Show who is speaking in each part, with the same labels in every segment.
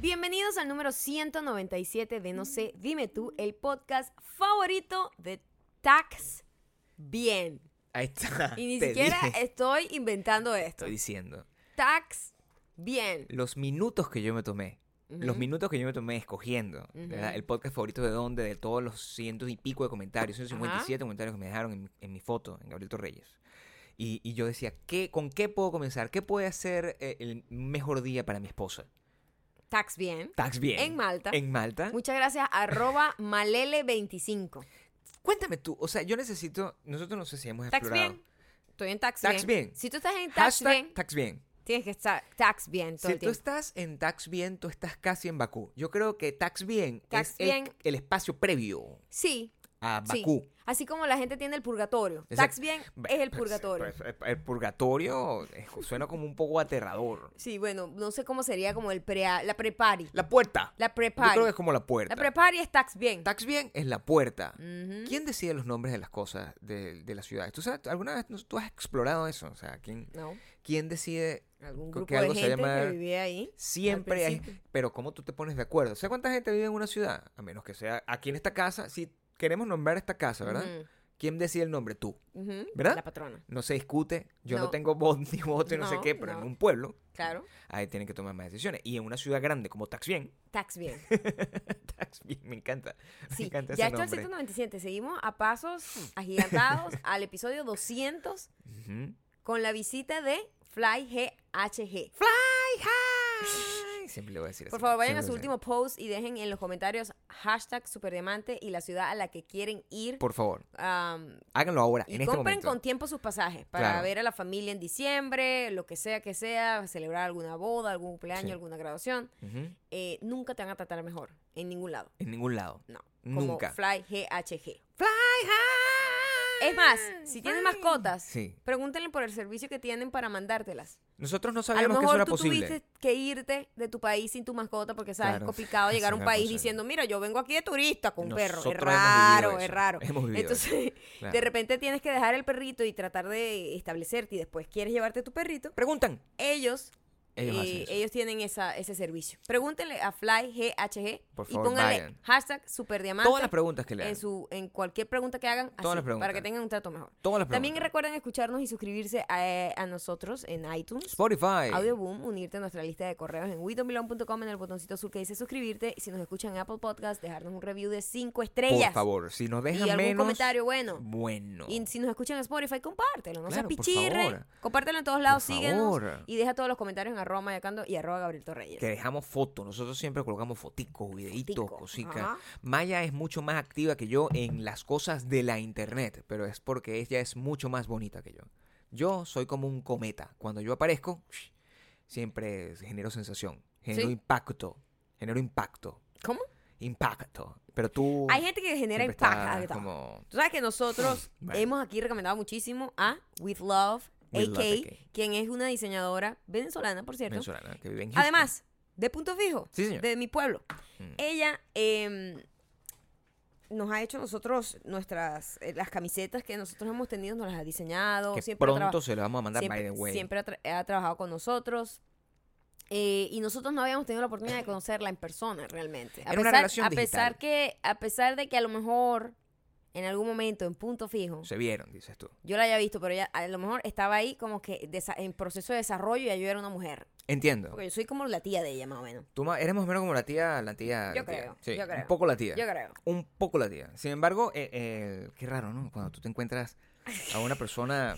Speaker 1: Bienvenidos al número 197 de No sé, dime tú, el podcast favorito de Tax Bien.
Speaker 2: Ahí está.
Speaker 1: Y ni
Speaker 2: Ah, te
Speaker 1: siquiera
Speaker 2: dije,
Speaker 1: estoy inventando esto.
Speaker 2: estoy diciendo.
Speaker 1: Tax Bien.
Speaker 2: Los minutos que yo me tomé. Los minutos que yo me tomé escogiendo ¿verdad? el podcast favorito de dónde, de todos los cientos y pico de comentarios, 157 comentarios que me dejaron en, mi- en mi foto, en Gabriel Torreyes. Y, y yo decía, ¿qué, ¿con qué puedo comenzar? ¿Qué puede ser eh, el mejor día para mi esposa?
Speaker 1: Tax Bien.
Speaker 2: Tax bien.
Speaker 1: En Malta.
Speaker 2: En Malta.
Speaker 1: Muchas gracias, arroba malele25.
Speaker 2: Cuéntame tú, o sea, yo necesito, nosotros no sé si hemos
Speaker 1: Tax
Speaker 2: explorado.
Speaker 1: Bien. Estoy en Tax,
Speaker 2: Tax Bien.
Speaker 1: Si tú estás en Tax
Speaker 2: Hashtag
Speaker 1: Bien,
Speaker 2: Tax bien.
Speaker 1: tienes que estar Tax Bien todo
Speaker 2: Si
Speaker 1: el
Speaker 2: tú
Speaker 1: tiempo.
Speaker 2: estás en Tax Bien, tú estás casi en Bakú. Yo creo que Tax Bien
Speaker 1: Tax
Speaker 2: es el-
Speaker 1: Bien.
Speaker 2: El, espacio previo
Speaker 1: Sí.
Speaker 2: a
Speaker 1: Sí.
Speaker 2: Bakú.
Speaker 1: Así como la gente tiene el purgatorio.
Speaker 2: Exacto.
Speaker 1: Tax Bien
Speaker 2: Bueno,
Speaker 1: es el
Speaker 2: pues,
Speaker 1: purgatorio.
Speaker 2: pues, eh, el purgatorio eh, suena como un poco aterrador.
Speaker 1: Sí, bueno, no sé cómo sería como el pre la prepari.
Speaker 2: La puerta.
Speaker 1: La
Speaker 2: Yo creo que
Speaker 1: prepari.
Speaker 2: es como la puerta.
Speaker 1: La prepari es tax bien.
Speaker 2: Tax bien es la puerta.
Speaker 1: Ujú.
Speaker 2: ¿Quién decide los nombres de las cosas de, de las ciudades? ¿Tú sabes, alguna vez nos- tú has explorado eso? O sea, ¿quién,
Speaker 1: No,
Speaker 2: quién decide?
Speaker 1: algún
Speaker 2: que
Speaker 1: grupo de
Speaker 2: algo se
Speaker 1: gente
Speaker 2: llama-
Speaker 1: que vivía ahí.
Speaker 2: Siempre hay-
Speaker 1: principio.
Speaker 2: Pero ¿cómo tú te pones de acuerdo? ¿Sabes cuánta gente vive en una ciudad? A menos que sea aquí en esta casa. Si queremos nombrar esta casa, ¿verdad? ¿Quién decide el nombre? Tú.
Speaker 1: Ujú, ujú,
Speaker 2: ¿Verdad?
Speaker 1: La patrona.
Speaker 2: No se discute. Yo no,
Speaker 1: No.
Speaker 2: tengo voz ni voto y no, sé
Speaker 1: No,
Speaker 2: qué, pero
Speaker 1: no.
Speaker 2: en un pueblo.
Speaker 1: Claro.
Speaker 2: Ahí tienen que tomar más decisiones. Y en una ciudad grande como Taxbien.
Speaker 1: Tax bien.
Speaker 2: Taxbien, me encanta. me
Speaker 1: Sí.
Speaker 2: encanta
Speaker 1: ya
Speaker 2: ese
Speaker 1: esto es
Speaker 2: nombre.
Speaker 1: 197. Seguimos a pasos agigantados al episodio 200
Speaker 2: Ujú.
Speaker 1: con la visita de Fly GHG.
Speaker 2: Ay, siempre le voy a decir
Speaker 1: Por
Speaker 2: así,
Speaker 1: favor, vayan a
Speaker 2: siempre
Speaker 1: su
Speaker 2: lo voy
Speaker 1: último post y dejen en los comentarios hashtag superdiamante y la ciudad a la que quieren ir. um,
Speaker 2: decir. Por favor,
Speaker 1: am,
Speaker 2: háganlo ahora,
Speaker 1: Y
Speaker 2: en este
Speaker 1: compren
Speaker 2: momento.
Speaker 1: con tiempo sus pasajes para
Speaker 2: Claro.
Speaker 1: ver a la familia en diciembre, lo que sea que sea, celebrar alguna boda, algún cumpleaños,
Speaker 2: Sí.
Speaker 1: alguna graduación.
Speaker 2: Ujú.
Speaker 1: Eh, nunca te van a tratar mejor en ningún lado.
Speaker 2: En ningún lado.
Speaker 1: No.
Speaker 2: Nunca.
Speaker 1: Como Fly GHG. Es más, si tienen mascotas,
Speaker 2: Sí.
Speaker 1: pregúntenle por el servicio que tienen para mandártelas.
Speaker 2: Nosotros
Speaker 1: A
Speaker 2: no
Speaker 1: lo
Speaker 2: sabíamos que eso
Speaker 1: mejor
Speaker 2: era
Speaker 1: tú
Speaker 2: posible.
Speaker 1: tuviste que irte de tu país sin tu mascota porque sabes
Speaker 2: Claro.
Speaker 1: complicado llegar a un
Speaker 2: Eso era
Speaker 1: país
Speaker 2: posible.
Speaker 1: diciendo, mira, yo vengo aquí de turista con un perro. Es
Speaker 2: Nosotros hemos
Speaker 1: raro,
Speaker 2: vivido
Speaker 1: es
Speaker 2: eso,
Speaker 1: raro.
Speaker 2: hemos vivido
Speaker 1: Entonces,
Speaker 2: Claro.
Speaker 1: de repente tienes que dejar el perrito y tratar de establecerte y después quieres llevarte tu perrito.
Speaker 2: Preguntan.
Speaker 1: Ellos,
Speaker 2: Ellos
Speaker 1: eh,
Speaker 2: hacen eso.
Speaker 1: ellos tienen esa, ese servicio. Pregúntenle a FlyGHG
Speaker 2: Por
Speaker 1: y
Speaker 2: favor,
Speaker 1: pónganle
Speaker 2: vayan.
Speaker 1: hashtag superdiamante
Speaker 2: Todas las preguntas que le
Speaker 1: en,
Speaker 2: dan.
Speaker 1: su, en cualquier pregunta que hagan
Speaker 2: Todas
Speaker 1: así,
Speaker 2: las preguntas.
Speaker 1: para que tengan un trato mejor.
Speaker 2: Todas las
Speaker 1: También
Speaker 2: preguntas.
Speaker 1: recuerden escucharnos y suscribirse a, a nosotros en iTunes.
Speaker 2: Spotify.
Speaker 1: Audioboom, unirte a nuestra lista de correos en widomilon.com en el botoncito azul que dice suscribirte. Y si nos escuchan en Apple Podcast, dejarnos un review de 5 estrellas.
Speaker 2: Por favor, si nos dejan
Speaker 1: Y algún
Speaker 2: menos,
Speaker 1: comentario bueno.
Speaker 2: Bueno.
Speaker 1: Y si nos escuchan en Spotify, compártelo. No
Speaker 2: Claro,
Speaker 1: seas
Speaker 2: por
Speaker 1: pichirre.
Speaker 2: favor.
Speaker 1: Compártelo en todos lados,
Speaker 2: Por
Speaker 1: síguenos.
Speaker 2: favor.
Speaker 1: Y deja todos los comentarios en arroba mayacando y arroba Gabriel Torreyes.
Speaker 2: que dejamos fotos, nosotros siempre colgamos foticos, videitos,
Speaker 1: Fotico, ajá.
Speaker 2: cositas. Maya es mucho más activa que yo en las cosas de la internet, pero es porque ella es mucho más bonita que yo. Yo soy como un cometa. Cuando yo aparezco, siempre genero sensación, genero
Speaker 1: Sí.
Speaker 2: impacto, genero impacto,
Speaker 1: ¿Cómo?
Speaker 2: impacto. Pero tú
Speaker 1: Hay gente que genera
Speaker 2: siempre estás
Speaker 1: impacto.
Speaker 2: como
Speaker 1: Tú sabes que nosotros
Speaker 2: Bueno.
Speaker 1: hemos aquí recomendado muchísimo a With Love,
Speaker 2: With
Speaker 1: AK,
Speaker 2: Love, AK.
Speaker 1: quien es una diseñadora venezolana, por cierto.
Speaker 2: venezolana que vive en Houston.
Speaker 1: Además, de punto fijo,
Speaker 2: Sí, señor.
Speaker 1: de mi pueblo.
Speaker 2: Mm.
Speaker 1: Ella em, nos ha hecho nosotros nuestras eh, las camisetas que nosotros hemos tenido, nos las ha diseñado.
Speaker 2: que
Speaker 1: siempre ha traba-
Speaker 2: pronto se lo vamos a mandar by
Speaker 1: siempre,
Speaker 2: the way.
Speaker 1: siempre ha, tra- ha trabajado con nosotros. Eh, y nosotros no habíamos tenido la oportunidad de conocerla en persona realmente. A
Speaker 2: Era una
Speaker 1: pesar,
Speaker 2: relación
Speaker 1: a pesar
Speaker 2: digital.
Speaker 1: que, a pesar de que a lo mejor en algún momento, en punto fijo,
Speaker 2: Se vieron, dices tú.
Speaker 1: yo la había visto, pero ella a lo mejor estaba ahí como que desa- en proceso de desarrollo y ya yo era una mujer.
Speaker 2: Entiendo.
Speaker 1: Porque yo soy como la tía de ella, más o menos.
Speaker 2: Tú más, eres más o menos como la tía, la tía.
Speaker 1: Yo
Speaker 2: la tía.
Speaker 1: creo,
Speaker 2: Sí,
Speaker 1: yo creo.
Speaker 2: Un poco la tía.
Speaker 1: Yo creo.
Speaker 2: Un poco la tía. Sin embargo, eh, eh, qué raro, ¿no? Cuando tú te encuentras a una persona.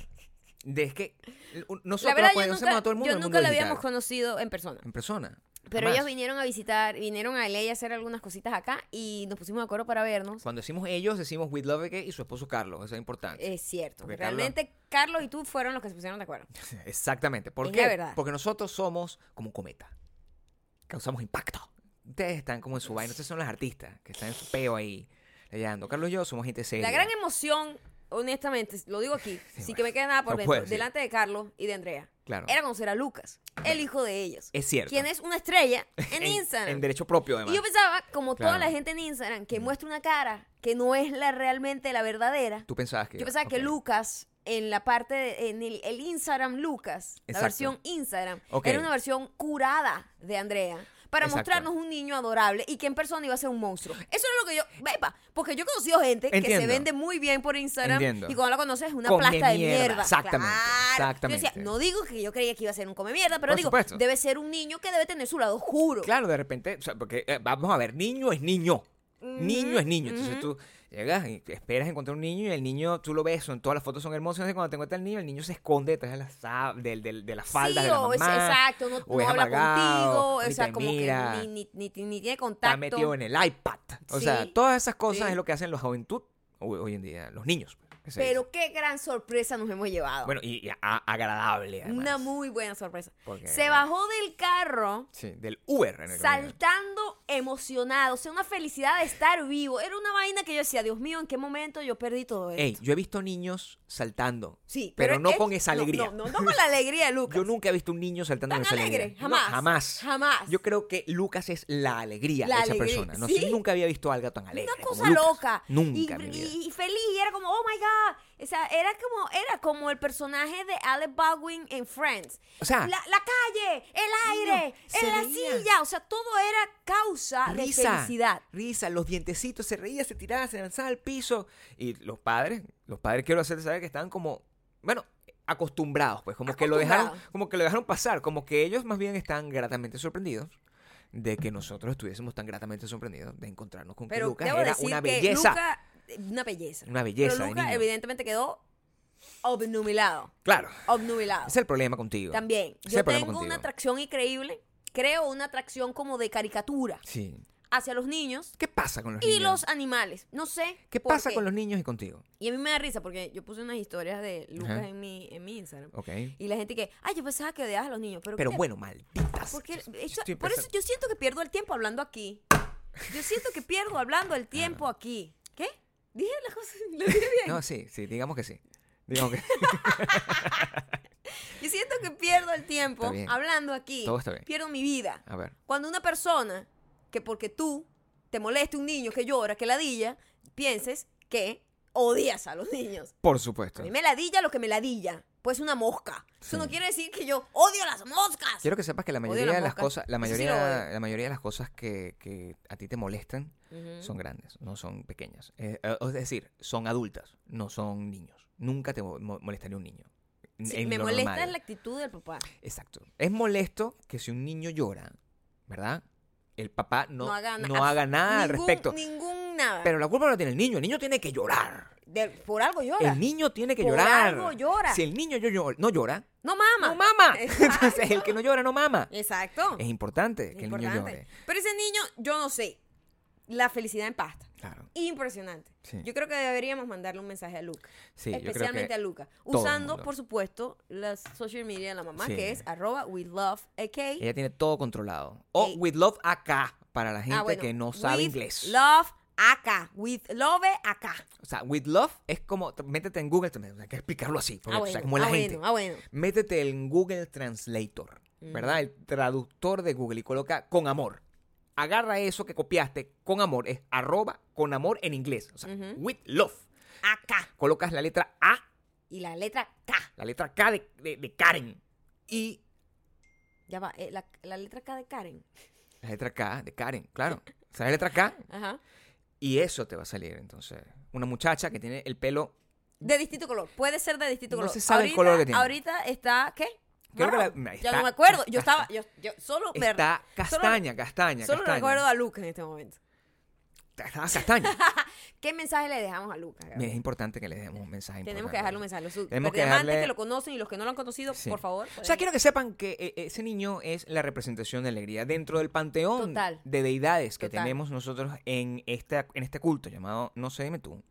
Speaker 2: De, es que eh, un-
Speaker 1: La
Speaker 2: nosotros
Speaker 1: verdad, yo
Speaker 2: conocemos
Speaker 1: nunca,
Speaker 2: a todo el mundo.
Speaker 1: yo
Speaker 2: en el
Speaker 1: nunca
Speaker 2: mundo
Speaker 1: la
Speaker 2: digital.
Speaker 1: habíamos conocido en persona.
Speaker 2: En persona.
Speaker 1: Pero
Speaker 2: jamás.
Speaker 1: ellos vinieron a visitar, vinieron a LA a hacer algunas cositas acá y nos pusimos de acuerdo para vernos.
Speaker 2: Cuando decimos ellos, decimos With Love Again y su esposo Carlos. Eso es importante.
Speaker 1: Es cierto.
Speaker 2: Porque Carlos-
Speaker 1: Realmente Carlos... y tú fueron los que se pusieron de acuerdo.
Speaker 2: Exactamente. ¿Por
Speaker 1: Es
Speaker 2: qué?
Speaker 1: la verdad.
Speaker 2: Porque nosotros somos como un cometa. Causamos impacto. Ustedes están como en su vaina. Ustedes son las artistas que están en su peo ahí. Leyendo. Carlos y yo somos gente seria.
Speaker 1: La gran emoción, honestamente, lo digo aquí, sin
Speaker 2: bueno.
Speaker 1: que me quede nada por
Speaker 2: No
Speaker 1: dentro,
Speaker 2: puedes, sí.
Speaker 1: delante de Carlos y de Andrea,
Speaker 2: Claro.
Speaker 1: era conocer a Lucas, el hijo de ellos.
Speaker 2: Es cierto.
Speaker 1: Quien es una estrella en, Instagram.
Speaker 2: En derecho propio, además.
Speaker 1: Y yo pensaba, como toda
Speaker 2: Claro. Mm.
Speaker 1: la gente en Instagram, que muestra una cara que no es la realmente la verdadera,
Speaker 2: Tú pensabas que.
Speaker 1: Yo pensaba que
Speaker 2: ok.
Speaker 1: Lucas, en la parte, de- en el, el Instagram Lucas, la
Speaker 2: Exacto.
Speaker 1: versión Instagram,
Speaker 2: Ok.
Speaker 1: era una versión curada de Andrea. para
Speaker 2: Exacto.
Speaker 1: mostrarnos un niño adorable y que en persona iba a ser un monstruo. Eso es lo que yo. Epa, porque yo he conocido gente que se
Speaker 2: Entiendo.
Speaker 1: vende muy bien por Instagram
Speaker 2: Entiendo.
Speaker 1: y cuando la conoces es una
Speaker 2: Come
Speaker 1: plasta de
Speaker 2: mierda.
Speaker 1: mierda.
Speaker 2: Exactamente,
Speaker 1: Claro. Yo
Speaker 2: exactamente.
Speaker 1: decía, no digo que yo creía que iba a ser un come mierda, pero
Speaker 2: Por
Speaker 1: digo,
Speaker 2: supuesto.
Speaker 1: debe ser un niño que debe tener su lado oscuro.
Speaker 2: Claro, de repente, o sea, porque eh, vamos a ver, niño es niño. Niño es niño. Entonces tú llegas y esperas encontrar un niño y el niño, tú lo ves, son, todas las fotos son hermosas. Entonces cuando te encuentras el niño, el niño se esconde detrás de la, sa- del, del- de la falda
Speaker 1: sí,
Speaker 2: de la
Speaker 1: o
Speaker 2: mamá.
Speaker 1: es- exacto, no,
Speaker 2: o
Speaker 1: no
Speaker 2: es
Speaker 1: habla
Speaker 2: amargado,
Speaker 1: contigo, o
Speaker 2: ni
Speaker 1: sea,
Speaker 2: te
Speaker 1: como
Speaker 2: mira,
Speaker 1: que ni, ni, ni, ni tiene contacto.
Speaker 2: está metido en el iPad. O
Speaker 1: Sí,
Speaker 2: sea, todas esas cosas
Speaker 1: sí.
Speaker 2: es lo que hacen la juventud hoy, hoy en día, los niños. pues, que se
Speaker 1: Pero qué gran sorpresa nos hemos llevado.
Speaker 2: dicen. Bueno, y, y a- agradable. Además,
Speaker 1: Una muy buena sorpresa.
Speaker 2: Porque,
Speaker 1: Se
Speaker 2: bueno.
Speaker 1: bajó del carro
Speaker 2: Sí, del Uber en el camino.
Speaker 1: saltando emocionado, o sea, una felicidad de estar vivo. Era una vaina que yo decía, Dios mío, ¿en qué momento yo perdí todo esto?
Speaker 2: Ey, yo he visto niños saltando.
Speaker 1: sí,
Speaker 2: pero no
Speaker 1: es-
Speaker 2: con esa
Speaker 1: no,
Speaker 2: alegría.
Speaker 1: No, no, no con la alegría de Lucas.
Speaker 2: Yo nunca he visto un niño saltando
Speaker 1: Tan
Speaker 2: con esa
Speaker 1: alegre,
Speaker 2: alegría.
Speaker 1: jamás,
Speaker 2: No, jamás.
Speaker 1: jamás.
Speaker 2: Yo creo que Lucas es la alegría
Speaker 1: La
Speaker 2: de esa
Speaker 1: alegría,
Speaker 2: persona. No
Speaker 1: ¿sí?
Speaker 2: sé, nunca había visto algo tan alegre.
Speaker 1: una
Speaker 2: como
Speaker 1: cosa
Speaker 2: Lucas.
Speaker 1: loca.
Speaker 2: Nunca. en mi
Speaker 1: Y,
Speaker 2: vida.
Speaker 1: y- y feliz, y era como, oh my God. O sea, era como, era como el personaje de Alec Baldwin en Friends.
Speaker 2: O sea,
Speaker 1: la, la calle, el
Speaker 2: niño,
Speaker 1: aire,
Speaker 2: Ah. se
Speaker 1: en la
Speaker 2: reía.
Speaker 1: silla. O sea, todo era causa Ah, de
Speaker 2: risa,
Speaker 1: felicidad.
Speaker 2: risa, los dientecitos, se reía, se tiraba, se lanzaba al piso. Y los padres, los padres quiero hacer saber que estaban como, bueno, acostumbrados, pues, como que lo dejaron,
Speaker 1: Acostumbrados.
Speaker 2: como que lo dejaron pasar, como que ellos más bien están gratamente sorprendidos de que nosotros estuviésemos tan gratamente sorprendidos de encontrarnos con que
Speaker 1: Pero
Speaker 2: Lucas
Speaker 1: debo
Speaker 2: era
Speaker 1: decir
Speaker 2: una
Speaker 1: que
Speaker 2: belleza.
Speaker 1: Luca- eh, una belleza.
Speaker 2: Una belleza
Speaker 1: Pero
Speaker 2: de
Speaker 1: Luca
Speaker 2: niño.
Speaker 1: evidentemente quedó obnubilado.
Speaker 2: Claro.
Speaker 1: Obnubilado.
Speaker 2: Ese es el problema contigo.
Speaker 1: También.
Speaker 2: Ese es
Speaker 1: Yo
Speaker 2: el problema
Speaker 1: tengo una
Speaker 2: contigo.
Speaker 1: atracción increíble. Creo una atracción como de caricatura
Speaker 2: Sí.
Speaker 1: hacia los niños
Speaker 2: ¿Qué pasa con los
Speaker 1: y
Speaker 2: niños?
Speaker 1: los animales. No sé.
Speaker 2: ¿Qué
Speaker 1: por
Speaker 2: pasa
Speaker 1: qué.
Speaker 2: con los niños y contigo?
Speaker 1: Y a mí me da risa porque yo puse unas historias de Lucas
Speaker 2: Ajá.
Speaker 1: en, mi, en mi Instagram.
Speaker 2: Ok.
Speaker 1: Y la gente que, ay, yo pensaba que odiabas a los niños. Pero,
Speaker 2: Pero
Speaker 1: ¿qué?
Speaker 2: bueno, malditas.
Speaker 1: Porque
Speaker 2: Pues, Yo
Speaker 1: eso-
Speaker 2: estoy
Speaker 1: por eso
Speaker 2: pensando-
Speaker 1: yo siento que pierdo el tiempo hablando aquí. Yo siento que pierdo hablando el tiempo aquí. ¿Qué? Dije las cosas, lo dije bien.
Speaker 2: No, sí, sí, digamos que sí. Digamos que
Speaker 1: Yo siento que pierdo el tiempo
Speaker 2: Está bien.
Speaker 1: hablando aquí.
Speaker 2: Todo está bien.
Speaker 1: Pierdo mi vida.
Speaker 2: A ver.
Speaker 1: Cuando una persona que porque tú te moleste un niño que llora, que ladilla, pienses que odias a los niños.
Speaker 2: Por
Speaker 1: A
Speaker 2: supuesto.
Speaker 1: mí me ladilla lo que me ladilla. Pues una mosca. Eso
Speaker 2: Sí.
Speaker 1: no quiere decir que yo odio las moscas.
Speaker 2: Quiero que sepas que la
Speaker 1: Odio
Speaker 2: mayoría
Speaker 1: las
Speaker 2: de las
Speaker 1: moscas.
Speaker 2: cosas, la
Speaker 1: Eso sí
Speaker 2: mayoría,
Speaker 1: lo odio.
Speaker 2: la mayoría de las cosas que, que a ti te molestan
Speaker 1: Ujú.
Speaker 2: son grandes, no son pequeñas. Eh, eh, es decir, son adultas, no son niños. Nunca te mo- mo- molestaría un niño. N-
Speaker 1: Sí,
Speaker 2: en
Speaker 1: me
Speaker 2: lo
Speaker 1: molesta
Speaker 2: normal.
Speaker 1: la actitud del papá.
Speaker 2: Exacto. Es molesto que si un niño llora, ¿verdad? El papá
Speaker 1: No
Speaker 2: no, no
Speaker 1: haga na-
Speaker 2: haga, nada Ah, al
Speaker 1: Ningún-
Speaker 2: respecto.
Speaker 1: Ningún nada.
Speaker 2: Pero la culpa no la tiene el niño. El niño tiene que llorar.
Speaker 1: De- por algo llora.
Speaker 2: El niño tiene que
Speaker 1: Por
Speaker 2: llorar.
Speaker 1: algo llora.
Speaker 2: Si el niño yo- yo- no llora,
Speaker 1: no mama.
Speaker 2: no mama.
Speaker 1: Exacto.
Speaker 2: Entonces, el que no llora, no mama.
Speaker 1: Exacto.
Speaker 2: Es importante que el niño
Speaker 1: Importante.
Speaker 2: llore.
Speaker 1: Pero ese niño, yo no sé. La felicidad en pasta.
Speaker 2: Claro.
Speaker 1: Impresionante.
Speaker 2: Sí.
Speaker 1: Yo creo que deberíamos mandarle un mensaje a Luca.
Speaker 2: Sí, yo creo
Speaker 1: especialmente
Speaker 2: que
Speaker 1: a Luca.
Speaker 2: todo el
Speaker 1: Usando,
Speaker 2: mundo.
Speaker 1: por supuesto, las social media de la mamá,
Speaker 2: Sí.
Speaker 1: que es arroba we love Ah, AK.
Speaker 2: Ella tiene todo controlado. O
Speaker 1: Ey.
Speaker 2: with love acá, para la gente
Speaker 1: Ah, Eh, bueno,
Speaker 2: que no sabe
Speaker 1: with
Speaker 2: inglés.
Speaker 1: Love acá. With love acá.
Speaker 2: O sea, with love es como, métete en Google, también, hay que explicarlo así, porque
Speaker 1: Ah,
Speaker 2: o sea,
Speaker 1: bueno.
Speaker 2: como la
Speaker 1: Ah,
Speaker 2: gente.
Speaker 1: bueno. Ah, Mm. bueno.
Speaker 2: métete en Google Translator, ¿verdad? El traductor de Google y coloca con amor. Agarra eso que copiaste con amor, es arroba con amor en inglés, o sea, with love.
Speaker 1: Acá.
Speaker 2: Colocas la letra A,
Speaker 1: Y la letra K.
Speaker 2: la letra K de, de- de Karen y
Speaker 1: Ya va. eh, la, la letra K de Karen.
Speaker 2: la letra K de Karen, claro. O sea, la letra K
Speaker 1: Ajá.
Speaker 2: y eso te va a salir, entonces. Una muchacha que tiene el pelo,
Speaker 1: De distinto color. Puede ser de distinto
Speaker 2: No
Speaker 1: color.
Speaker 2: se sabe el color que tiene.
Speaker 1: Ahorita está, ¿qué?
Speaker 2: Creo que
Speaker 1: Wow, ya
Speaker 2: la- está-
Speaker 1: no me acuerdo. Yo
Speaker 2: está-
Speaker 1: estaba, yo, yo solo me-
Speaker 2: está castaña, castaña,
Speaker 1: Solo
Speaker 2: castaña.
Speaker 1: recuerdo a Lucas en este momento.
Speaker 2: Estaba castaña.
Speaker 1: ¿Qué mensaje le dejamos a Lucas? Gabriel?
Speaker 2: Mira, es importante que le dejemos un mensaje.
Speaker 1: Tenemos
Speaker 2: importante.
Speaker 1: que dejarle un mensaje. Los
Speaker 2: Tenemos que
Speaker 1: diamantes
Speaker 2: dejarle-
Speaker 1: que lo conocen y los que no lo han conocido,
Speaker 2: Sí.
Speaker 1: por favor.
Speaker 2: O sea,
Speaker 1: pueden-
Speaker 2: quiero que sepan que eh, eh, ese niño es la representación de alegría dentro del panteón
Speaker 1: Total.
Speaker 2: de deidades que
Speaker 1: Total.
Speaker 2: tenemos nosotros en, esta, en este culto llamado No sé, dime tú.